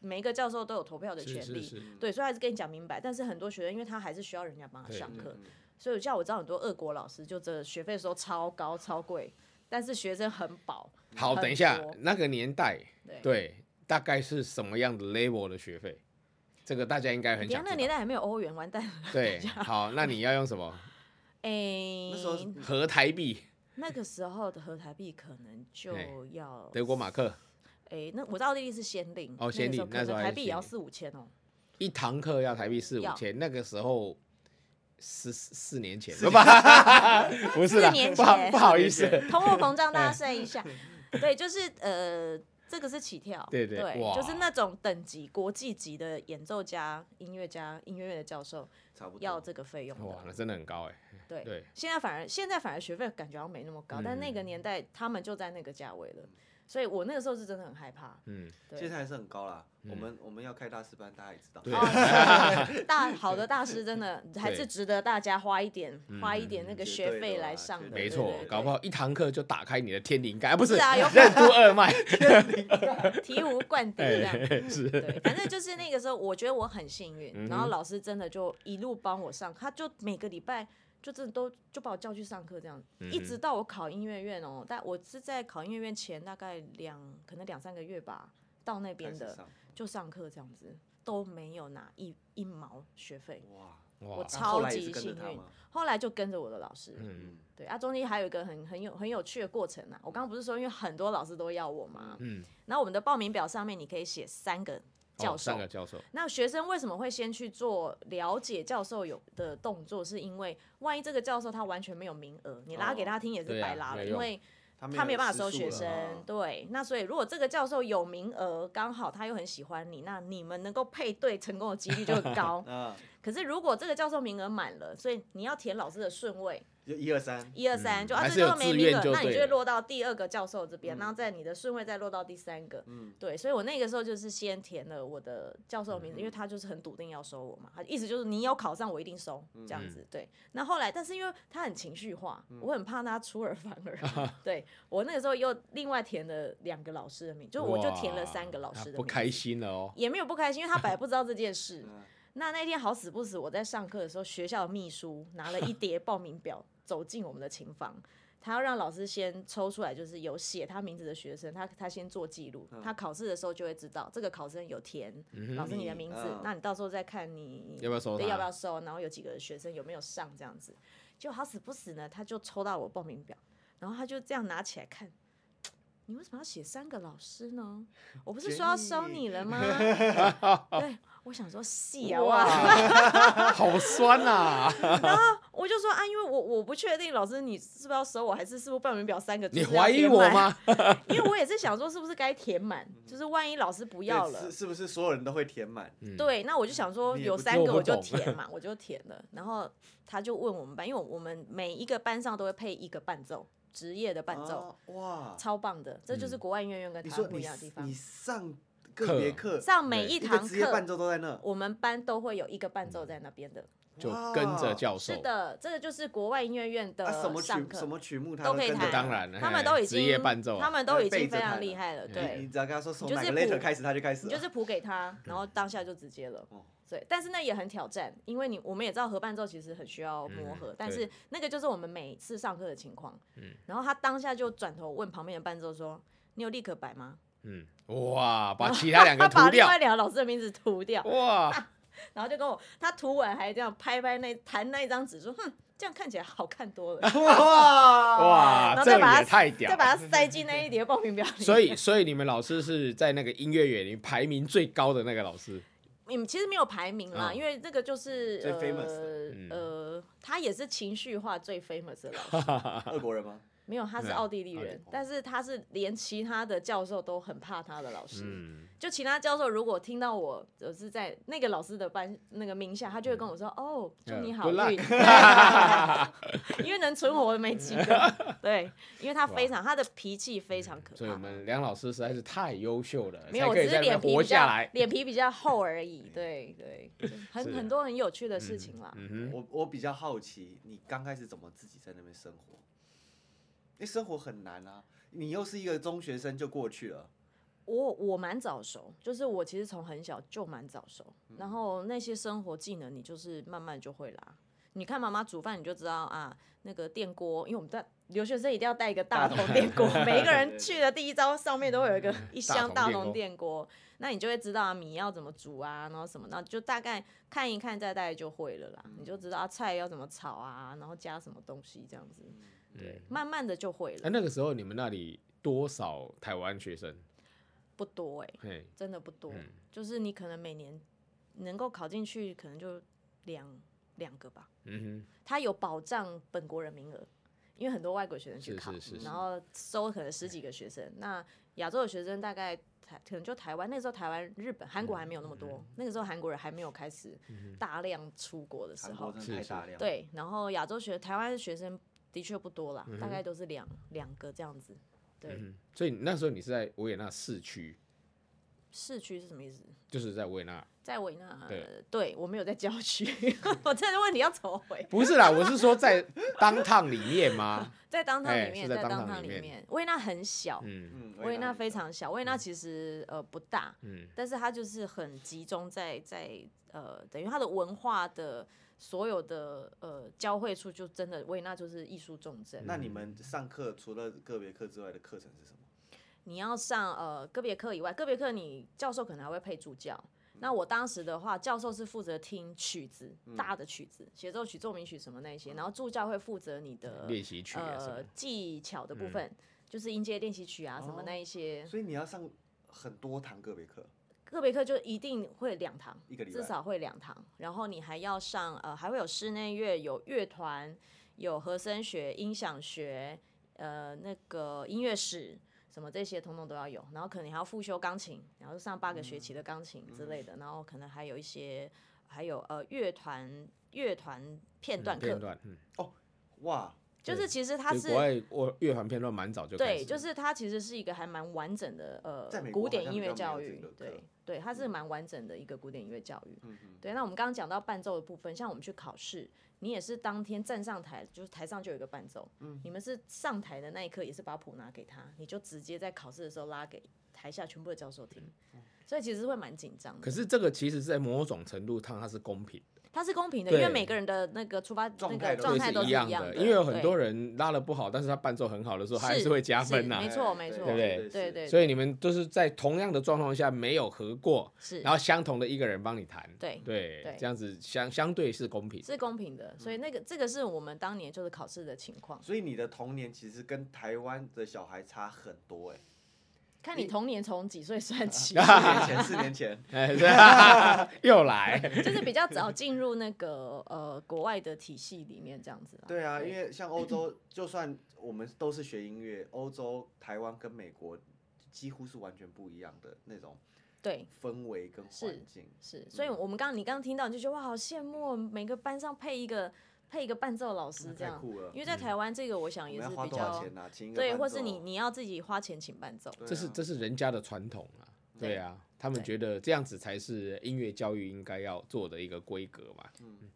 Speaker 2: 每一个教授都有投票的权
Speaker 1: 是
Speaker 2: 利，
Speaker 1: 是是，
Speaker 2: 对，所以还是跟你讲明白。但是很多学生，因为他还是需要人家帮他
Speaker 1: 对
Speaker 2: 上课，
Speaker 3: 嗯
Speaker 2: 所以像我知道很多俄国老师，就真的学费收超高超贵，但是学生很饱。
Speaker 1: 好，
Speaker 2: 很
Speaker 1: 等一下
Speaker 2: 多，
Speaker 1: 那个年代，
Speaker 2: 对，
Speaker 1: 对，大概是什么样的 level 的学费？这个大家应该很
Speaker 2: 你看
Speaker 1: 想
Speaker 2: 那个
Speaker 1: 知
Speaker 2: 年
Speaker 1: 道。
Speaker 2: 代还没有欧元，完蛋了。 *laughs*
Speaker 1: 对，好，那你要用什么？
Speaker 2: 哎、
Speaker 3: 那时候是嗯
Speaker 1: 和台币、
Speaker 2: 那个时候的合台币可能就
Speaker 1: 哎
Speaker 2: 要
Speaker 1: 德国马克，
Speaker 2: 哎、那我知道奥地利是先令
Speaker 1: 哦先令
Speaker 2: 那
Speaker 1: 那
Speaker 2: 个
Speaker 1: 时
Speaker 2: 时
Speaker 1: 候
Speaker 2: 候可
Speaker 1: 还是
Speaker 2: 能台币也要
Speaker 1: 先
Speaker 2: 四五千哦。
Speaker 1: 一堂课要台币四五
Speaker 2: 要
Speaker 1: 千，那个时候十四年前，不 *laughs* 不是啦
Speaker 2: 四年，
Speaker 1: 不好
Speaker 2: 前
Speaker 1: 不好意思
Speaker 3: 四，年
Speaker 2: 通货膨胀，大家算
Speaker 1: *laughs*
Speaker 2: 一下，对，就是呃，这个是起跳，
Speaker 1: 对对哇
Speaker 2: 就是那种等级国际级的演奏家、音乐家、音乐院的教授
Speaker 3: 差不多
Speaker 2: 要这个费用
Speaker 1: 哇，
Speaker 2: 的，
Speaker 1: 那真的很高哎。
Speaker 2: 对。
Speaker 1: 对，
Speaker 2: 现在反而现在反而学费感觉好像没那么高，但
Speaker 3: 嗯
Speaker 2: 那个年代他们就在那个价位了，所以我那个时候是真的很害怕。
Speaker 1: 嗯，
Speaker 3: 现
Speaker 2: 对，
Speaker 3: 在还是很高啦。我们我们要开大师班，大家也知道。
Speaker 1: 对
Speaker 2: 哦大好的大师真
Speaker 3: *laughs*
Speaker 2: 的还是值得大家花一点花一点那个
Speaker 3: 嗯绝对
Speaker 2: 学费
Speaker 3: 的啦
Speaker 2: 来上的，
Speaker 3: 绝对
Speaker 1: 没
Speaker 2: 对
Speaker 3: 的
Speaker 1: 错
Speaker 2: 对对，
Speaker 1: 搞不好一堂课就打开你的天灵盖，啊不是
Speaker 2: 是啊有可能
Speaker 1: 任督二脉，
Speaker 2: 醍 *laughs* 醐
Speaker 3: *laughs*
Speaker 2: 灌顶这样。
Speaker 1: *laughs* 哎是
Speaker 2: 对，反正就是啊那个时候，我觉得我很幸
Speaker 1: 嗯
Speaker 2: 运，然后老师真的就一路帮我上，他就每个礼拜就真的都就把我叫去上课这样，
Speaker 1: 嗯
Speaker 2: 一直到我考音乐院哦，但我是在考音乐院前大概两可能两三个月吧，到那
Speaker 3: 开
Speaker 2: 边
Speaker 3: 始
Speaker 2: 的
Speaker 3: 上
Speaker 2: 就上课这样子，都没有拿一一毛学费，
Speaker 3: 哇，
Speaker 1: 哇，
Speaker 2: 超
Speaker 3: 那后来也
Speaker 2: 级
Speaker 3: 是跟着
Speaker 2: 幸
Speaker 3: 他
Speaker 2: 运
Speaker 3: 吗
Speaker 2: 后来就跟着我的老师，
Speaker 1: 嗯
Speaker 2: 对啊，中间还有一个很很有很有趣的过程啊。我刚刚不是说，因为很多老师都要我嘛，
Speaker 1: 嗯，
Speaker 2: 然后我们的报名表上面你可以写三个
Speaker 1: 哦
Speaker 2: 教授，
Speaker 1: 三个教授，
Speaker 2: 那学生为什么会先去做了解教授有的动作？是因为万一这个教授他完全没有名额，你拉给他听也
Speaker 1: 对
Speaker 2: 是
Speaker 1: 啊
Speaker 2: 白拉了，
Speaker 1: 没用
Speaker 2: 因为
Speaker 3: 他
Speaker 2: 他没有办法
Speaker 3: 时
Speaker 2: 收
Speaker 3: 数
Speaker 2: 学
Speaker 3: 了
Speaker 2: 生
Speaker 1: 哦
Speaker 3: 啊，。
Speaker 2: 对，那所以如果这个教授有名额，刚好他又很喜欢你，那你们能够配对成功的几率就很高
Speaker 1: *laughs*
Speaker 3: 啊，
Speaker 2: 可是如果这个教授名额满了，所以你要填老师的顺位，
Speaker 3: 就一二三，
Speaker 2: 一二三，就啊
Speaker 1: 嗯还
Speaker 2: 这
Speaker 1: 是有
Speaker 2: 都没
Speaker 1: 自
Speaker 2: 名
Speaker 1: 愿
Speaker 2: 额，
Speaker 1: 就
Speaker 2: 那你
Speaker 1: 对
Speaker 2: 就会
Speaker 1: 了
Speaker 2: 落到第二个教授这边，
Speaker 3: 嗯
Speaker 2: 然后在你的顺位再落到第三个。
Speaker 3: 嗯，。
Speaker 2: 对，所以我那个时候就是先填了我的教授的名字，因为
Speaker 1: 嗯
Speaker 2: 他就是很笃定要收我嘛，他意思就是你有考上我一定收这样
Speaker 1: 嗯
Speaker 2: 子。对，那后来但是因为他很情绪化，我很怕他出尔反尔。 *laughs* 对我那个时候又另外填了两个老师的名，就我就填了三个老
Speaker 1: 哇
Speaker 2: 师的名，
Speaker 1: 不开，心了哦。
Speaker 2: 也没有不开心，因为他本来不知道这件事
Speaker 1: *laughs*
Speaker 3: 嗯
Speaker 2: 那那天好死不死，我在上课的时候，学校的秘书拿了一
Speaker 1: *laughs*
Speaker 2: 叠报名表走进我们的琴房，他要让老师先抽出来，就是有写他名字的学生，他他先做记录，
Speaker 1: 嗯
Speaker 2: 他考试的时候就会知道这个考生有填老师你的名字，
Speaker 3: 嗯
Speaker 2: 那你到时候再看你
Speaker 1: 要不要收
Speaker 2: 对
Speaker 1: 他
Speaker 2: 要不要收，然后有几个学生有没有上这样子。就好死不死呢，他就抽到我报名表，然后他就这样拿起来看。你为什么要写三个老师呢？我不是说要收你了吗？对，我想说细啊，哇， *laughs*
Speaker 1: 好酸啊呐、
Speaker 2: 我就说啊，因为我我不确定老师你是不是要收我，还是是不是报名表三个字
Speaker 1: 你
Speaker 2: 是要
Speaker 1: 怀疑
Speaker 2: 填
Speaker 1: 我
Speaker 2: 满？
Speaker 1: 吗？
Speaker 2: *laughs*
Speaker 1: 嗯
Speaker 2: 因为我也是想说是不是该填满，就是万一老师不要
Speaker 3: 对
Speaker 2: 了
Speaker 3: 是，是不是所有人都会填满？
Speaker 1: 嗯
Speaker 2: 对，那我就想说
Speaker 3: 你也
Speaker 2: 有
Speaker 3: 不
Speaker 2: 三
Speaker 1: 做
Speaker 2: 个
Speaker 1: 不
Speaker 2: 我就
Speaker 1: 懂
Speaker 2: 填嘛，我就填了。然后他就问我们班，因为我们每一个班上都会配一个伴奏，职业的伴奏，
Speaker 1: 哦
Speaker 3: 啊哇，
Speaker 2: 超棒的，这
Speaker 1: 嗯
Speaker 2: 就是国外音乐院跟
Speaker 3: 你
Speaker 2: 台
Speaker 3: 说
Speaker 2: 湾不
Speaker 3: 你
Speaker 2: 一样的地
Speaker 3: 你
Speaker 2: 方。
Speaker 3: 上个别课，
Speaker 2: 上每
Speaker 1: 对
Speaker 2: 一
Speaker 3: 一
Speaker 2: 堂
Speaker 3: 个职业伴
Speaker 2: 课，
Speaker 3: 奏都在那，
Speaker 2: 我们班都会有一个伴奏在那边的。
Speaker 1: 就跟着教授
Speaker 2: 哦是，的，这个就是国外音乐院的
Speaker 3: 啊，什么
Speaker 2: 上
Speaker 3: 曲
Speaker 2: 课
Speaker 3: 什。么曲目他
Speaker 2: 都可以
Speaker 3: 跟着
Speaker 2: 弹，
Speaker 1: 当然
Speaker 2: 他
Speaker 1: 嘿
Speaker 2: 们都已
Speaker 1: 职
Speaker 2: 经
Speaker 1: 业伴奏啊
Speaker 2: 他们都已
Speaker 3: 背
Speaker 2: 经
Speaker 3: 着
Speaker 2: 非常
Speaker 3: 弹
Speaker 2: 厉
Speaker 3: 啊
Speaker 2: 害了，对，
Speaker 3: 你只要跟他说从
Speaker 2: 你就
Speaker 3: 哪
Speaker 2: 是
Speaker 3: 个 letter
Speaker 2: 谱
Speaker 3: 开始，他就开始
Speaker 2: 你
Speaker 3: 了，
Speaker 2: 就是谱给他，然后当下就直接了
Speaker 3: 哦。
Speaker 2: 对，但是那也很挑战，因为你我们也知道合伴奏其实很需要磨合，
Speaker 1: 嗯
Speaker 2: 但
Speaker 1: 对
Speaker 2: 是那个就是我们每次上课的情况。然后他当下就转头问旁边的伴奏说：“你有立刻摆吗
Speaker 1: 嗯，哇，把其他？”两个
Speaker 2: 他
Speaker 1: 涂
Speaker 2: 哦 *laughs* 把另
Speaker 1: 掉，
Speaker 2: 外两个老师的名字涂掉，
Speaker 1: 哇，
Speaker 2: 然后就跟我他涂完还这样拍拍那弹那一张纸说：“哼，这样看起来好看多了。
Speaker 3: 哇
Speaker 1: 哇
Speaker 2: 哦然后
Speaker 1: 这
Speaker 2: 再把
Speaker 1: 也
Speaker 2: 它
Speaker 1: 太”啊屌
Speaker 2: 再把它塞进那一叠报名表里。
Speaker 1: 所以，所以你们老师是在那个音乐园里排名最高的那个老师，
Speaker 2: 你们其实没有排名啦，
Speaker 1: 嗯
Speaker 2: 因为这个就是
Speaker 3: 最 famous
Speaker 2: 呃、
Speaker 1: 嗯
Speaker 2: 呃，他也是情绪化最 famous 的老师，
Speaker 3: *laughs* 俄国人吗？
Speaker 2: 没有他是
Speaker 1: 对啊
Speaker 2: 奥地利
Speaker 1: 奥地
Speaker 2: 人，
Speaker 1: 利
Speaker 2: 但是他是连其他的教授都很怕他的老师。
Speaker 1: 嗯，
Speaker 2: 就其他教授如果听到我我是在那个老师的班那个名下，他就会跟我说：“
Speaker 1: 嗯
Speaker 2: 哦，祝你好
Speaker 1: Good
Speaker 2: 运。 *laughs* 因为能存活的没几
Speaker 1: *laughs*
Speaker 2: 个。对，因为他非常他的脾气非常可怕。
Speaker 1: 嗯所以我们梁老师实在是太优秀了，
Speaker 2: 啊没有，
Speaker 1: 才
Speaker 2: 我
Speaker 1: 可
Speaker 2: 只
Speaker 1: 以
Speaker 2: 是
Speaker 1: 在那边
Speaker 2: 脸皮
Speaker 1: 活
Speaker 2: 比
Speaker 1: 下
Speaker 2: 较。
Speaker 1: 来
Speaker 2: 脸皮比较厚而已。对对，就很
Speaker 1: 是
Speaker 2: 很多很有趣的事情啦。
Speaker 1: 嗯哼，
Speaker 3: 我我比较好奇，你刚开始怎么自己在那边生活？因为生活很难啊，你又是一个中学生就过去了，
Speaker 2: 我我蛮早熟，就是我其实从很小就蛮早熟，然后那些生活技能你就是慢慢就会啦。你看妈妈煮饭，你就知道啊，那个电锅，因为我们在留学生一定要带一个大
Speaker 3: 大
Speaker 2: 桶
Speaker 3: 桶
Speaker 2: 电锅，每一个
Speaker 3: 对对
Speaker 2: 人
Speaker 3: 对
Speaker 2: 去的第一招上面都会有一个一箱
Speaker 1: 大桶
Speaker 2: 大
Speaker 1: 电锅
Speaker 2: 桶电锅，那你就会知道啊米要怎么煮啊，然后什么，那就大概看一看再大概就会了啦，你就知道啊菜要怎么炒啊，然后加什么东西这样子，对，慢慢的就会
Speaker 1: 那
Speaker 2: 了，
Speaker 1: 那个时候你们那里多少台湾学生？
Speaker 2: 不多哎、
Speaker 1: 嘿，
Speaker 2: 真的不多，
Speaker 1: 嗯
Speaker 2: 就是你可能每年能够考进去，可能就两两个吧。
Speaker 1: 嗯
Speaker 2: 它有保障本国人名额，因为很多外国学生去
Speaker 1: 是
Speaker 2: 考，
Speaker 1: 是是是
Speaker 2: 然后收可能十几个学生。那亚洲的学生大概台可能就台湾那时候台湾、日本、韩国还没有那么多，
Speaker 1: 嗯
Speaker 2: 那个时候韩国人还没有开始大量出国的时
Speaker 3: 韩
Speaker 2: 候，
Speaker 3: 国真的太大量，，
Speaker 2: 对，然后亚洲学台湾学生的确不多
Speaker 1: 嗯
Speaker 2: 啦，大概都是两两个这样子。对，
Speaker 1: 哼，所以那时候你是在维也纳市区，
Speaker 2: 市区是什么意思？
Speaker 1: 就是在维也纳，
Speaker 2: 在维纳，
Speaker 1: 对
Speaker 2: 呃对我没有在郊区， *laughs* 我这个问题要抽回，
Speaker 1: 不是啦，我是说在当趟里面吗？ *laughs*
Speaker 2: 在当趟
Speaker 1: 哎
Speaker 2: 里面，
Speaker 1: 是在
Speaker 2: 在
Speaker 1: 当
Speaker 2: 当
Speaker 1: 趟
Speaker 2: 趟
Speaker 1: 里
Speaker 2: 里
Speaker 1: 面
Speaker 2: 面，维也纳很小，
Speaker 1: 嗯
Speaker 3: 嗯，
Speaker 2: 维也纳
Speaker 3: 很
Speaker 2: 非
Speaker 3: 小
Speaker 2: 常小，维也纳其实呃不大，
Speaker 1: 嗯，
Speaker 2: 但是它就是很集中在在呃，等于它的文化的所有的呃交汇处，就真的维也纳就是艺术重
Speaker 1: 嗯
Speaker 2: 镇。
Speaker 3: 那你们上课除了个别课之外的课程是什么？
Speaker 2: 你要上呃个别课以外，个别课你教授可能还会配助教。
Speaker 1: 嗯
Speaker 2: 那我当时的话，教授是负责听曲子，大的曲子，协奏曲、奏鸣曲什么那些，然后助教会负责你的
Speaker 1: 嗯练习曲啊什么
Speaker 2: 呃
Speaker 1: 的，嗯
Speaker 2: 技巧的部分，就是音阶练习曲啊什么
Speaker 3: 哦
Speaker 2: 那一些。
Speaker 3: 所以你要上很多堂个别课，
Speaker 2: 个别课就一定会两堂，
Speaker 3: 一个礼拜
Speaker 2: 至少会两堂，然后你还要上呃，还会有室内乐、有乐团、有和声学、音响学、呃那个音乐史什么这些，通通都要有。然后可能还要复修钢琴，然后上八个学
Speaker 3: 嗯
Speaker 2: 期的钢琴之类的。然后可能还有一些，还有呃乐团乐团片段课
Speaker 1: 片，段，嗯，
Speaker 2: 哦
Speaker 3: 哇，
Speaker 2: 就是其实它
Speaker 1: 就是国外我乐团片段蛮早就开
Speaker 2: 对，
Speaker 1: 始，
Speaker 2: 就是它其实是一个还蛮完整的
Speaker 3: 在
Speaker 2: 呃
Speaker 3: 美国
Speaker 2: 古
Speaker 3: 好
Speaker 2: 典
Speaker 3: 像
Speaker 2: 音
Speaker 3: 比
Speaker 2: 乐
Speaker 3: 较
Speaker 2: 教
Speaker 3: 没有这
Speaker 2: 育
Speaker 3: 个，课
Speaker 2: 对对，它是蛮完整的一个古典音乐教育。
Speaker 3: 嗯嗯，
Speaker 2: 对，那我们刚刚讲到伴奏的部分，像我们去考试，你也是当天站上台，就是台上就有一个伴奏，
Speaker 3: 嗯
Speaker 2: 你们是上台的那一刻也是把谱拿给他，你就直接在考试的时候拉给台下全部的教授听，
Speaker 3: 嗯
Speaker 2: 所以其实会蛮紧张
Speaker 1: 可
Speaker 2: 的。
Speaker 1: 是这个其实是在某种程度上它是公平的。
Speaker 2: 它是公平的，因为
Speaker 1: 对
Speaker 2: 每个人的那个出发
Speaker 3: 状
Speaker 2: 那
Speaker 3: 态
Speaker 2: 个
Speaker 3: 都
Speaker 2: 状
Speaker 1: 对，
Speaker 2: 态都
Speaker 1: 是
Speaker 2: 是
Speaker 1: 一样
Speaker 2: 的，
Speaker 1: 因为有很多
Speaker 2: 人
Speaker 1: 人拉的不好，但是他伴奏很好的时候，他还是会加分呐、
Speaker 2: 没
Speaker 3: 哎
Speaker 2: 错没错
Speaker 1: 对不对
Speaker 2: 对对对，
Speaker 1: 所以你们就是在同样的状况下没有合过，
Speaker 2: 是
Speaker 1: 然后相同的一个人帮你弹，
Speaker 2: 对
Speaker 3: 嗯
Speaker 1: 对，
Speaker 2: 对
Speaker 1: 这样子相相对是公平。
Speaker 2: 是公平的，所以那个这个是我们当年就是考试的情况，
Speaker 3: 所以你的童年其实跟台湾的小孩差很多
Speaker 1: *laughs*
Speaker 3: 哎、。
Speaker 2: 看你童年从几岁算起
Speaker 3: *laughs* 四年前，四年前， *laughs*
Speaker 1: 哎，对
Speaker 2: *laughs*
Speaker 1: 啊 *laughs* 又来，
Speaker 2: 就是比较早进入那个呃国外的体系里面这样子啦。
Speaker 3: 对啊，因为像欧洲，就算我们都是学音乐，欧洲、台湾跟美国几乎是完全不一样的那种
Speaker 2: 对
Speaker 3: 氛围跟环境。
Speaker 2: 是，所以
Speaker 3: 嗯
Speaker 2: 我们刚刚你刚刚听到你就觉得哇好羡慕哦，每个班上配一个配一个伴奏老师这
Speaker 3: 太
Speaker 2: 样，
Speaker 3: 酷了嗯
Speaker 2: 因为在台湾这个我想
Speaker 3: 我
Speaker 2: 也
Speaker 3: 们
Speaker 2: 是
Speaker 3: 要花
Speaker 2: 比
Speaker 3: 多少
Speaker 2: 较
Speaker 3: 钱呐、啊？请一个
Speaker 2: 对，
Speaker 3: 伴
Speaker 2: 或是
Speaker 3: 奏
Speaker 2: 你你要自己花钱请伴奏，
Speaker 3: 对啊
Speaker 1: 这是这是人家的传统啊，
Speaker 2: 对
Speaker 1: 对啊，他们
Speaker 2: 对
Speaker 1: 觉得这样子才是音乐教育应该要做的一个规格嘛。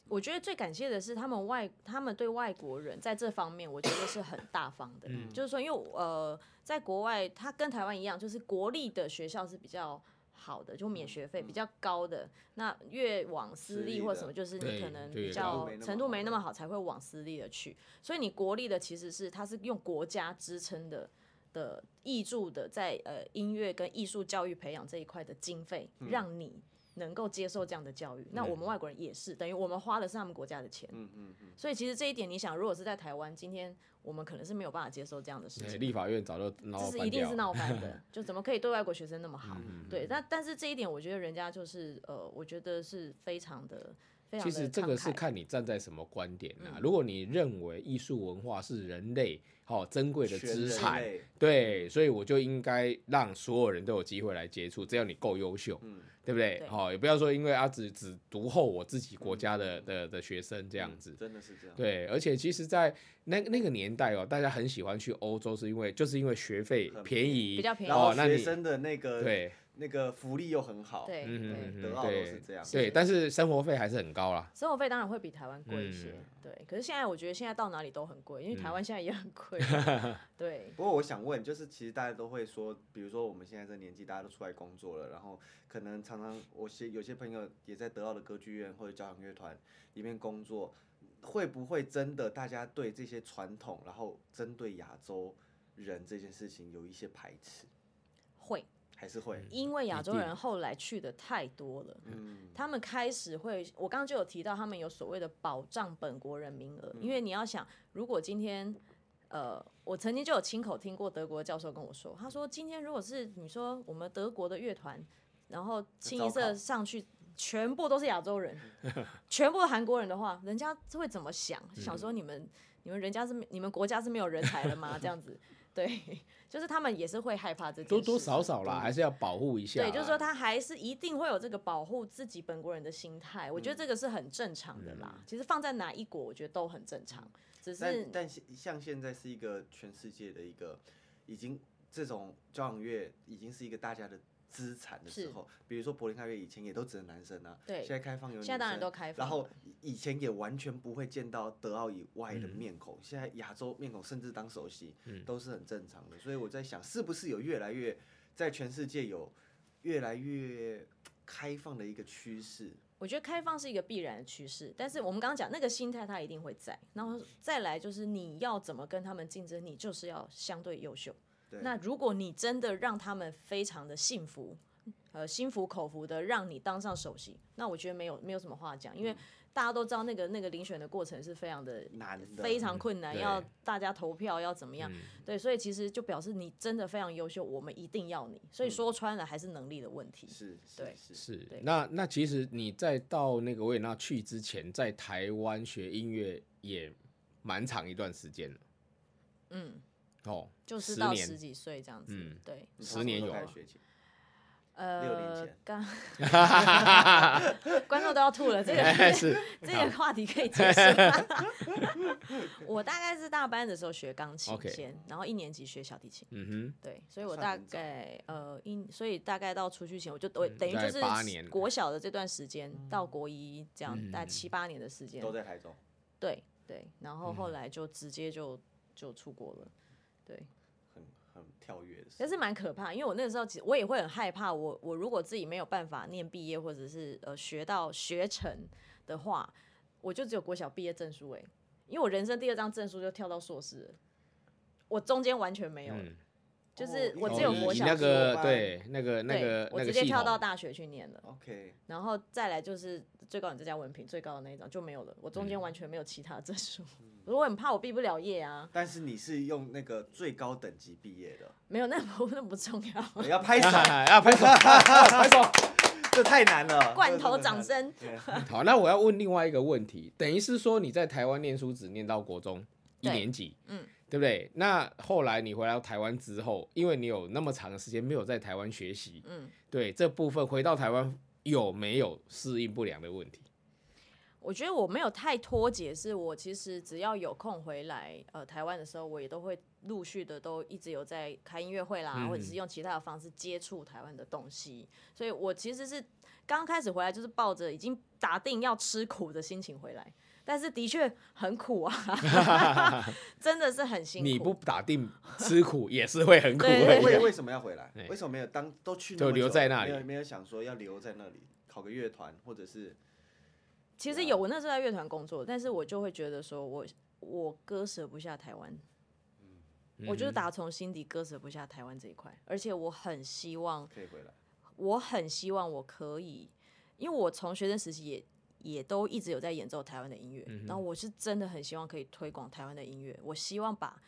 Speaker 2: 我觉得最感谢的是他们外，他们对外国人在这方面，我觉得是很大方的。嗯就是说，因为我呃，在国外，它跟台湾一样，就是国立的学校是比较好的，就免学费比较高的。那越往嗯私
Speaker 3: 私立
Speaker 2: 立
Speaker 3: 的
Speaker 2: 或什么，就是
Speaker 1: 对
Speaker 2: 你可能
Speaker 1: 就越
Speaker 2: 比
Speaker 1: 高
Speaker 2: 较程度没那
Speaker 3: 程度没那
Speaker 2: 么
Speaker 3: 么
Speaker 2: 好，才会往私立的去。所以你国立的其实是它是用国家支撑的。的益助的在呃音乐跟艺术教育培养这一块的经费，让你能够接受这样的教育。那我们外国人也是，等于我们花的是他们国家的钱。
Speaker 3: 嗯嗯嗯，
Speaker 2: 所以其实这一点，你想，如果是在台湾，今天我们可能是没有办法接受这样的事
Speaker 1: 哎
Speaker 2: 情。
Speaker 1: 立法院早就闹
Speaker 2: 这
Speaker 1: 翻
Speaker 2: 是
Speaker 1: 掉嗯
Speaker 2: 一定是
Speaker 1: 了
Speaker 2: 闹翻的，就怎么可以对外国学生那么好？对，但但是这一点，我觉得人家就是呃，我觉得是非常的，非常
Speaker 1: 其
Speaker 2: 的
Speaker 1: 实这个
Speaker 2: 慷
Speaker 1: 是
Speaker 2: 慨嗯
Speaker 1: 看你站在什么观点啊。如果你认为艺术文化是人类好、珍贵的
Speaker 3: 全
Speaker 1: 资
Speaker 3: 人
Speaker 1: 产，
Speaker 3: 类
Speaker 1: 对，所以我就应该让所有人都有机会来接触，只要你够优秀，
Speaker 3: 嗯
Speaker 1: 对不对
Speaker 2: 对？
Speaker 1: 好、也不要说因为啊只只读后我自己国家的、的的学生这样子。
Speaker 3: 嗯真的是这样。
Speaker 1: 对，而且其实，在那那个年代哦，大家很喜欢去欧洲，是因为就是因为学费
Speaker 3: 很
Speaker 1: 便宜，
Speaker 2: 比较便宜
Speaker 3: 然
Speaker 1: 哦
Speaker 3: 后，
Speaker 1: 那
Speaker 3: 学
Speaker 1: 你
Speaker 3: 生的那个
Speaker 1: 对，
Speaker 3: 那个福利又很好，
Speaker 2: 对
Speaker 1: 嗯
Speaker 2: 对
Speaker 1: 嗯嗯，
Speaker 3: 德奥都是这样
Speaker 1: 对，对
Speaker 2: 是
Speaker 1: 但是生活费还是很高啦。
Speaker 2: 生活费当然会比台湾贵一些，
Speaker 1: 嗯
Speaker 2: 对。可是现在我觉得现在到哪里都很贵，因为台湾现在也
Speaker 1: *laughs*
Speaker 2: 很贵，对。
Speaker 3: 不过我想问，就是其实大家都会说，比如说我们现在这年纪，大家都出来工作了，然后可能常常我些有些朋友也在德奥的歌剧院或者交响乐团里面工作，会不会真的大家对这些传统，然后针对亚洲人这件事情有一些排斥？
Speaker 2: 会，
Speaker 3: 还是会？
Speaker 2: 因为亚
Speaker 1: 一
Speaker 2: 洲
Speaker 1: 定
Speaker 2: 人后来去的太多了，
Speaker 3: 嗯，
Speaker 2: 他们开始会，我刚刚就有提到，他们有所谓的保障本国人名
Speaker 1: 嗯
Speaker 2: 额，因为你要想，如果今天，呃，我曾经就有亲口听过德国教授跟我说，他说今天如果是你说我们德国的乐团，然后清一
Speaker 3: 糟
Speaker 2: 色
Speaker 3: 糕
Speaker 2: 上去。全部都是亚洲
Speaker 1: *laughs*
Speaker 2: 人，全部韩国人的话，人家会怎么想？
Speaker 1: 嗯
Speaker 2: 想说你们、你们人家是没你们国家是没有人才了吗？这样子，对，就是他们也是会害怕这件事
Speaker 1: 多
Speaker 2: 情。
Speaker 1: 多少少啦，还是要保护一下啦。
Speaker 2: 对，就是说他还是一定会有这个保护自己本国人的心态，我觉得
Speaker 3: 嗯
Speaker 2: 这个是很正常的啦。其实放在哪一国，我觉得都很正常，只是
Speaker 3: 嗯但但现像现在是一个全世界的一个已经这种交响乐已经是一个大家的资产的时
Speaker 2: 是
Speaker 3: 候，比如说柏林爱乐以前也都只能男生啊，
Speaker 2: 对
Speaker 3: 现在开放有女
Speaker 2: 现在当然
Speaker 3: 生
Speaker 2: 都开
Speaker 3: 然
Speaker 2: 放
Speaker 3: 后
Speaker 2: 了。
Speaker 3: 以以前也完全不会见到德奥以外
Speaker 1: 嗯
Speaker 3: 的面孔，现在亚洲面孔甚至当首席、都是很正常的，所以我在想，是不是有越来越在全世界有越来越开放的一个趋势？
Speaker 2: 我觉得开放是一个必然的趋势，但是我们刚刚讲那个心态，它一定会在。然后再来就是你要怎么跟他们竞争，你就是要相对优秀。
Speaker 3: 对
Speaker 2: 那如果你真的让他们非常的幸福，呃，心服口服的让你当上首席，那我觉得没有没有什么话讲，因
Speaker 3: 嗯
Speaker 2: 为大家都知道那个那个遴选的过程是非常的
Speaker 3: 难的，
Speaker 2: 非常困
Speaker 1: 嗯
Speaker 2: 难，
Speaker 1: 对嗯
Speaker 2: 要大家投票要怎么样？对，所以其实就表示你真的非常优秀，我们一定要你。
Speaker 1: 嗯
Speaker 2: 所以说穿了还是能力的问题。
Speaker 3: 是是
Speaker 2: 对
Speaker 3: 是
Speaker 1: 是
Speaker 2: 对，
Speaker 1: 那那其实你在到那个维也纳去之前，在台湾学音乐也蛮长一段时间了。
Speaker 2: 嗯，
Speaker 1: 哦，
Speaker 2: 就是
Speaker 1: 十
Speaker 2: 到
Speaker 1: 年
Speaker 2: 十几岁这样子，
Speaker 1: 嗯
Speaker 2: 对，
Speaker 3: 你
Speaker 1: 十
Speaker 3: 从什么
Speaker 1: 年
Speaker 3: 时候
Speaker 1: 有
Speaker 3: 开始
Speaker 1: 了
Speaker 3: 学琴，六年
Speaker 2: 呃
Speaker 3: 前，
Speaker 2: 刚
Speaker 1: *laughs*
Speaker 2: 观众都要吐了，这个
Speaker 1: 哎是
Speaker 2: *laughs* 这个话题可以结束了。 *laughs* 我大概是大班的时候学钢琴
Speaker 1: OK
Speaker 2: 先然后一年级学小提琴。
Speaker 1: 嗯
Speaker 2: 对，所以我
Speaker 3: 算
Speaker 2: 大
Speaker 3: 很早
Speaker 2: 概呃一，所以大概到出去前，我就我等于
Speaker 1: 嗯大概
Speaker 2: 就是
Speaker 1: 八年
Speaker 2: 国小的这段时间到国一这样，大概
Speaker 1: 嗯
Speaker 2: 七八年的时间
Speaker 3: 都。在台中。
Speaker 2: 对对，然后
Speaker 1: 嗯
Speaker 2: 后来就直接就就出国了。
Speaker 3: 很很跳跃的事。
Speaker 2: 但是蛮可怕，因为我那个时候其实我也会很害怕我，我如果自己没有办法念毕业或者是呃学到学成的话，我就只有国小毕业证书哎、因为我人生第二张证书就跳到硕士了，我中间完全没
Speaker 1: 哼，
Speaker 2: 有了，
Speaker 1: 嗯，
Speaker 2: 就是
Speaker 3: 哦
Speaker 2: 我
Speaker 1: 哦
Speaker 2: 只有
Speaker 1: 你
Speaker 2: 国
Speaker 1: 你
Speaker 2: 小
Speaker 1: 那
Speaker 2: 是
Speaker 1: 个
Speaker 3: 我班
Speaker 1: 对那个那
Speaker 2: 对
Speaker 1: 个
Speaker 2: 我
Speaker 1: 那
Speaker 2: 直
Speaker 1: 个
Speaker 2: 接
Speaker 1: 系
Speaker 2: 跳到
Speaker 1: 统，
Speaker 2: 大学去念了。
Speaker 3: OK，
Speaker 2: 然后再来就是最高你这家文凭最高的那一张就没有了，我
Speaker 1: 嗯
Speaker 2: 中间完全没有其他证书，我我很怕我毕不了业啊，
Speaker 3: 但是你是用那个最高等级毕业
Speaker 2: *laughs*
Speaker 3: 的，
Speaker 2: 没有那不那不重要， *laughs*
Speaker 3: 我要
Speaker 1: *laughs*
Speaker 3: 拍手，
Speaker 1: 啊，拍手，拍手。
Speaker 3: 这太难了。
Speaker 2: 罐头
Speaker 1: *laughs*
Speaker 2: 掌声。
Speaker 1: 好，那我要问另外一个问题，等于是说你在台湾念书只念到国中一
Speaker 2: 对
Speaker 1: 年级，
Speaker 2: 嗯，
Speaker 1: 对不对？那后来你回到台湾之后，因为你有那么长的时间没有在台湾学习，
Speaker 2: 嗯，
Speaker 1: 对这部分回到台湾有没有适应不良的问题？
Speaker 2: 我觉得我没有太脱节，是我其实只要有空回来，呃，台湾的时候，我也都会陆续的都一直有在开音乐会啦，
Speaker 1: 嗯
Speaker 2: 或者是用其他的方式接触台湾的东西，所以我其实是刚开始回来就是抱着已经打定要吃苦的心情回来，但是的确很苦啊， *laughs* 真的是很辛苦。
Speaker 1: 你不打定吃苦也是会很苦，
Speaker 2: 对
Speaker 3: 为
Speaker 2: 对
Speaker 3: 为为什么要回来
Speaker 1: 对？
Speaker 3: 为什么没有当都去那
Speaker 1: 就
Speaker 3: 么久
Speaker 1: 留在那里
Speaker 3: 没有没有想说要留在那里考个乐团，或者是
Speaker 2: 其实有，我那时候在乐团工作，但是我就会觉得说我我割舍不下台湾，
Speaker 1: 嗯
Speaker 2: 我就是打从心底割舍不下台湾这一块，而且我很希望，
Speaker 3: 可以回来。
Speaker 2: 我很希望我可以，因为我从学生时期也也都一直有在演奏台湾的音乐，
Speaker 1: 嗯
Speaker 2: 然后我是真的很希望可以推广台湾的音乐，我希望把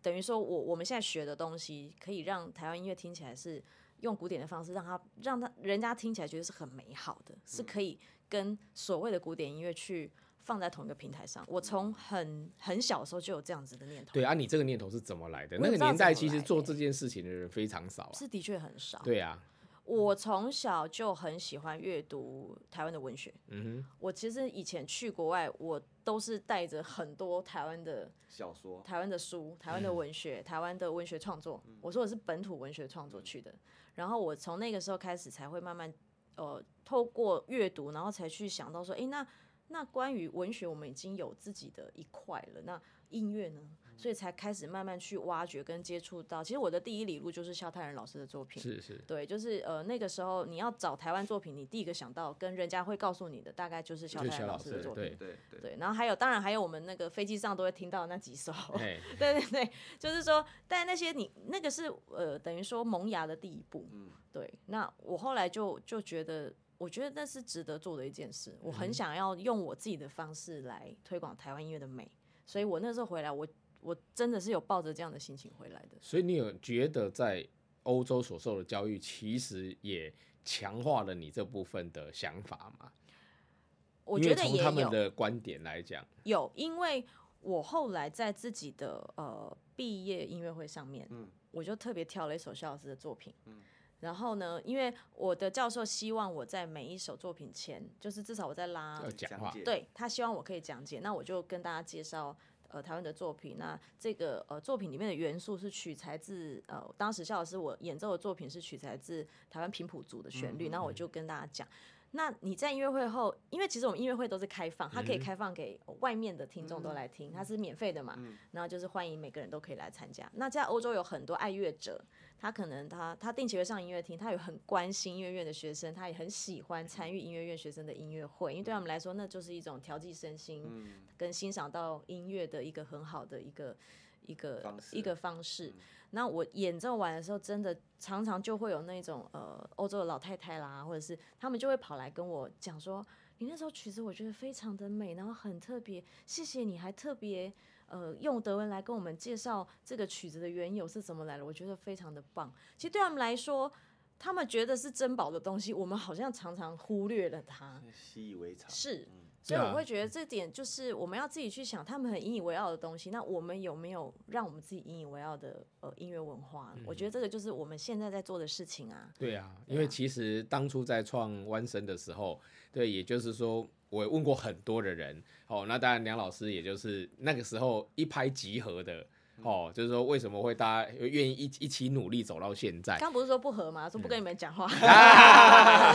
Speaker 2: 等于说我我们现在学的东西，可以让台湾音乐听起来是用古典的方式让它让它人家听起来觉得是很美好的，
Speaker 1: 嗯
Speaker 2: 是可以跟所谓的古典音乐去放在同一个平台上。我从很很小的时候就有这样子的念头，
Speaker 1: 对啊，你这个念头是怎么来的？
Speaker 2: 我也
Speaker 1: 那个
Speaker 2: 不知道
Speaker 1: 年代
Speaker 2: 怎么
Speaker 1: 其实
Speaker 2: 来
Speaker 1: 做
Speaker 2: 的
Speaker 1: 这件事情的人非常少啊，
Speaker 2: 是的确很少。
Speaker 1: 对啊，
Speaker 2: 我从小就很喜欢阅读台湾的文学。
Speaker 1: 嗯
Speaker 2: 我其实以前去国外，我都是带着很多台湾的
Speaker 3: 小说
Speaker 2: 台湾的书、台湾的文学、台湾的文学创作。我说我是本土文学创作去的，然后我从那个时候开始才会慢慢呃透过阅读，然后才去想到说，诶，那那关于文学我们已经有自己的一块了，那音乐呢？所以才开始慢慢去挖掘跟接触到。其实我的第一礼物就是萧泰然老师的作
Speaker 1: 哼，
Speaker 2: 品，
Speaker 1: 是是，
Speaker 2: 对，就是呃那个时候你要找台湾作品，你第一个想到跟人家会告诉你的大概就是萧
Speaker 1: 就
Speaker 2: 泰
Speaker 1: 萧
Speaker 2: 然
Speaker 1: 老
Speaker 2: 老师的
Speaker 1: 师
Speaker 2: 作
Speaker 1: 对
Speaker 2: 品。 *laughs*
Speaker 3: 对对，
Speaker 2: 对，然后还有，当然还有我们那个飞机上都会听到那几首，
Speaker 1: 哎，
Speaker 2: *laughs* 对对对，就是说，但那些你那个是呃，等于说萌芽的第一步。
Speaker 3: 嗯，
Speaker 2: 对，那我后来就就觉得，我觉得那是值得做的一件事。
Speaker 1: 嗯
Speaker 2: 我很想要用我自己的方式来推广台湾音乐的美，所以我那时候回来，我我真的是有抱着这样的心情回来的。
Speaker 1: 所以你有觉得在欧洲所受的教育，其实也强化了你这部分的想法吗？
Speaker 2: 我
Speaker 1: 因
Speaker 2: 觉
Speaker 1: 为
Speaker 2: 得
Speaker 1: 从
Speaker 2: 也
Speaker 1: 他们
Speaker 2: 有
Speaker 1: 的观点来讲，
Speaker 2: 有，因为我后来在自己的呃毕业音乐会上面，
Speaker 3: 嗯
Speaker 2: 我就特别挑了一首肖老师的作品，然后呢，因为我的教授希望我在每一首作品前，就是至少我在拉
Speaker 1: 要讲
Speaker 3: 讲
Speaker 1: 话
Speaker 3: 解
Speaker 2: 对他希望我可以讲解，那我就跟大家介绍呃台湾的作品。那这个呃作品里面的元素是取材自呃当时肖老师我演奏的作品是取材自台湾平埔族的旋律，那、我就跟大家讲。那你在音乐会后，因为其实我们音乐会都是开放，它可以开放给外面的听众都来听，它是免费的嘛，然后就是欢迎每个人都可以来参加。那在欧洲有很多爱乐者，他可能他他定期会上音乐厅，他有很关心音乐院的学生，他也很喜欢参与音乐院学生的音乐会，因为对他们来说，那就是一种调剂身心、
Speaker 3: 嗯
Speaker 2: 跟欣赏到音乐的一个很好的一个一个
Speaker 3: 方式嗯
Speaker 2: 一个方式。那我演奏完的时候，真的常常就会有那种呃欧洲的老太太啦，或者是他们就会跑来跟我讲说。你那首曲子我觉得非常的美，然后很特别，谢谢你还特别呃用德文来跟我们介绍这个曲子的缘由是怎么来的，我觉得非常的棒。其实对他们来说，他们觉得是珍宝的东西，我们好像常常忽略了它。
Speaker 3: 习以为常。
Speaker 2: 是，所
Speaker 1: 对
Speaker 2: 以
Speaker 1: 啊
Speaker 2: 我会觉得这点就是我们要自己去想，他们很引以为傲的东西，那我们有没有让我们自己引以为傲的呃音乐文化？我
Speaker 3: 嗯
Speaker 2: 觉得这个就是我们现在在做的事情啊。
Speaker 1: 对啊，因为其实当初在创弯生的时候，对，也就是说，我问过很多的人，哦，那当然梁老师也就是那个时候一拍即合的，哦，就是说为什么会大家愿意一一起努力走到现
Speaker 3: 哎
Speaker 1: 在？
Speaker 2: 刚不是说不合吗？
Speaker 3: 嗯
Speaker 2: 说不跟你们
Speaker 3: *laughs*
Speaker 2: 讲话，
Speaker 3: 啊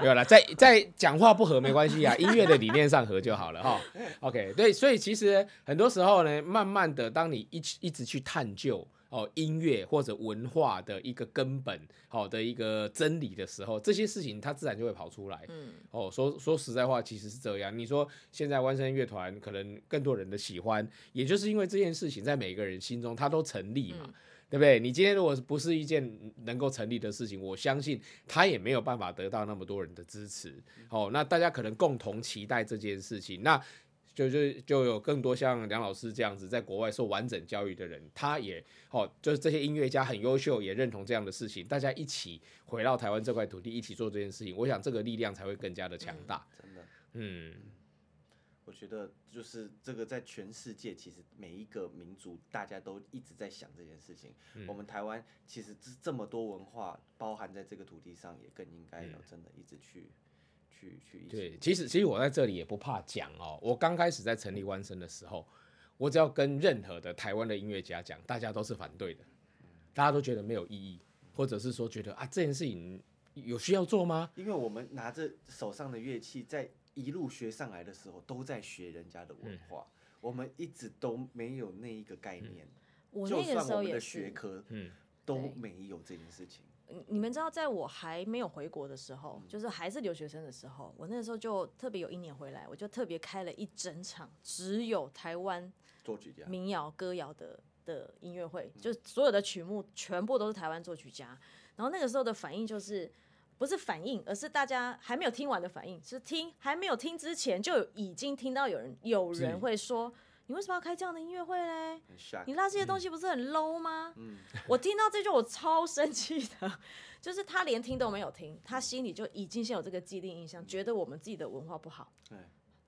Speaker 1: 没有啦，在在讲话不合没关系啊，音乐的理念上合就好了 *laughs* 哈。OK，对，所以其实很多时候呢，慢慢的，当你一直一直去探究哦音乐或者文化的一个根本，好、的一个真理的时候，这些事情它自然就会跑出来。
Speaker 2: 嗯，
Speaker 1: 哦，说说实在话，其实是这样。你说现在弯声乐团可能更多人的喜欢，也就是因为这件事情在每个人心中它都成立嘛，对不对？你今天如果不是一件能够成立的事情，我相信它也没有办法得到那么多人的支持。哦，那大家可能共同期待这件事情，那。就就就有更多像梁老师这样子在国外受完整教育的人，他也哦，就是这些音乐家很优秀，也认同这样的事情，大家一起回到台湾这块土地，一起做这件事情，我想这个力量才会更加的强大。
Speaker 3: 真的。
Speaker 1: 嗯，
Speaker 3: 我觉得就是这个，在全世界其实每一个民族大家都一直在想这件事情。
Speaker 1: 嗯
Speaker 3: 我们台湾其实这这么多文化包含在这个土地上，也更应该有真的一直去、去去一起。
Speaker 1: 嗯对，其实其实我在这里也不怕讲哦，我刚开始在成立湾声的时候，我只要跟任何的台湾的音乐家讲，大家都是反对的，大家都觉得没有意义，或者是说觉得啊这件事情有需要做吗？
Speaker 3: 因为我们拿着手上的乐器，在一路学上来的时候，都在学人家的
Speaker 1: 嗯
Speaker 3: 文化，我们一直都没有那一个概念。
Speaker 2: 我
Speaker 3: 就
Speaker 2: 那个
Speaker 3: 算
Speaker 2: 时
Speaker 3: 我
Speaker 2: 候
Speaker 3: 们
Speaker 2: 也
Speaker 3: 的学
Speaker 2: 是。
Speaker 3: 科，
Speaker 1: 嗯，
Speaker 3: 都
Speaker 2: 对
Speaker 3: 没有这件事情。
Speaker 2: 你你们知道，在我还没有回国的时候，就是还是留学生的时候，我那时候就特别有一年回来，我就特别开了一整场只有台湾
Speaker 3: 作曲家，
Speaker 2: 民谣歌谣的的音乐会，就所有的曲目全部都是台湾作曲家。然后那个时候的反应就是，不是反应，而是大家还没有听完的反应，是听还没有听之前就有已经听到有人有人会说。你为什么要开这样的音乐会嘞？
Speaker 3: 很 shock
Speaker 2: 你。拉这些东西不是很 low 吗？
Speaker 3: 嗯，
Speaker 2: 我听到这句我超生气的， *laughs* 就是他连听都没有听，他心里就已经先有这个既定印象，觉得我们自己的文化不好，
Speaker 3: 对，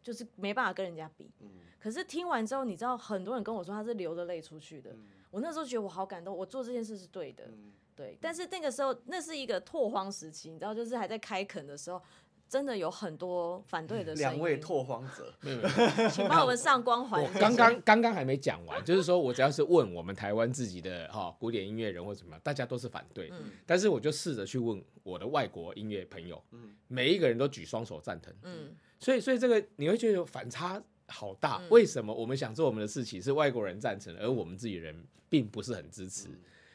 Speaker 2: 就是没办法跟人家比。
Speaker 3: 嗯
Speaker 2: 可是听完之后，你知道很多人跟我说他是流着泪出去的，
Speaker 3: 嗯
Speaker 2: 我那时候觉得我好感动，我做这件事是对的，
Speaker 3: 嗯，
Speaker 2: 对。但是那个时候那是一个拓荒时期，你知道，就是还在开垦的时候，真的有很多反对的声音。
Speaker 3: 两位拓荒者，
Speaker 2: 请帮我们上光环
Speaker 1: 我
Speaker 2: 一下。
Speaker 1: 刚刚刚刚还没讲完，就是说我只要是问我们台湾自己的哈、古典音乐人或怎么样，大家都是反对，
Speaker 2: 嗯
Speaker 1: 但是我就试着去问我的外国音乐朋友，
Speaker 3: 嗯
Speaker 1: 每一个人都举双手赞成，
Speaker 2: 嗯，
Speaker 1: 所以所以这个你会觉得反差好大。为什么我们想做我们的事情是外国人赞成，而我们自己人并不是很支持？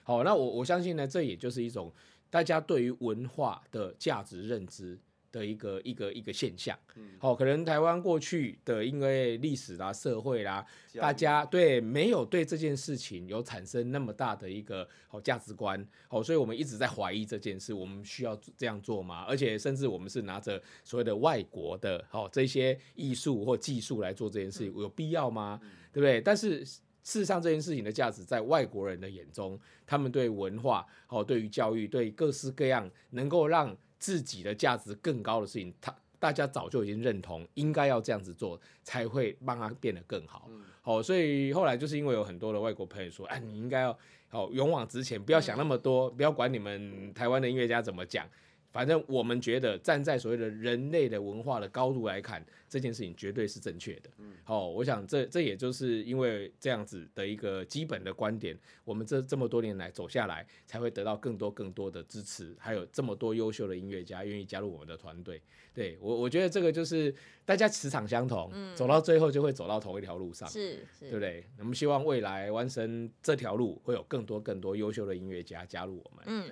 Speaker 1: 好，那我我相信呢，这也就是一种大家对于文化的价值认知。的一个一个一个现象，好、可能台湾过去的因为历史啦、社会啦，
Speaker 3: 教育
Speaker 1: *laughs* 大家对没有对这件事情有产生那么大的一个好价值观，好，所以我们一直在怀疑这件事，我们需要这样做吗？而且甚至我们是拿着所谓的外国的好这些艺术或技术来做这件事
Speaker 3: 嗯
Speaker 1: 情，有必要吗？对不对？但是事实上，这件事情的价值在外国人的眼中，他们对文化、哦，对于教育、对各式各样能够让自己的价值更高的事情，他大家早就已经认同，应该要这样子做，才会让它变得更好。好、所以后来就是因为有很多的外国朋友说，哎，你应该要哦勇往直前，不要想那么多，不要管你们台湾的音乐家怎么讲。反正我们觉得，站在所谓的人类的文化的高度来看，这件事情绝对是正确的。哦，我想这这也就是因为这样子的一个基本的观点，我们这这么多年来走下来，才会得到更多更多的支持，还有这么多优秀的音乐家愿意加入我们的团队。对我，我觉得这个就是大家磁场相同，走到最后就会走到同一条路上。
Speaker 2: 是是，
Speaker 1: 对不对？我们希望未来弯神这条路会有更多更多优秀的音乐家加入我们。
Speaker 2: 嗯，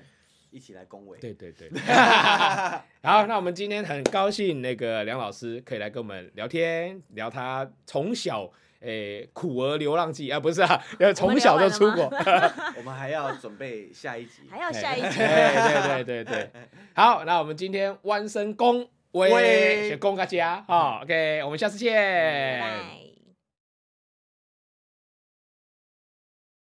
Speaker 3: 一起来恭维。
Speaker 1: 对对
Speaker 2: *laughs*
Speaker 1: 对。 *laughs* 好，那我们今天很高兴，那个梁老师可以来跟我们聊天，聊他从小诶、苦儿流浪记啊，不是啊，呃从小就出国 *laughs*
Speaker 2: 我。
Speaker 3: 我们还要准备下一集。
Speaker 2: 还要下一集。
Speaker 1: 哎对对对对。好，那我们今天弯身恭
Speaker 3: 喂
Speaker 1: 威，先恭大家好、o k 我们下次见，
Speaker 2: 拜拜。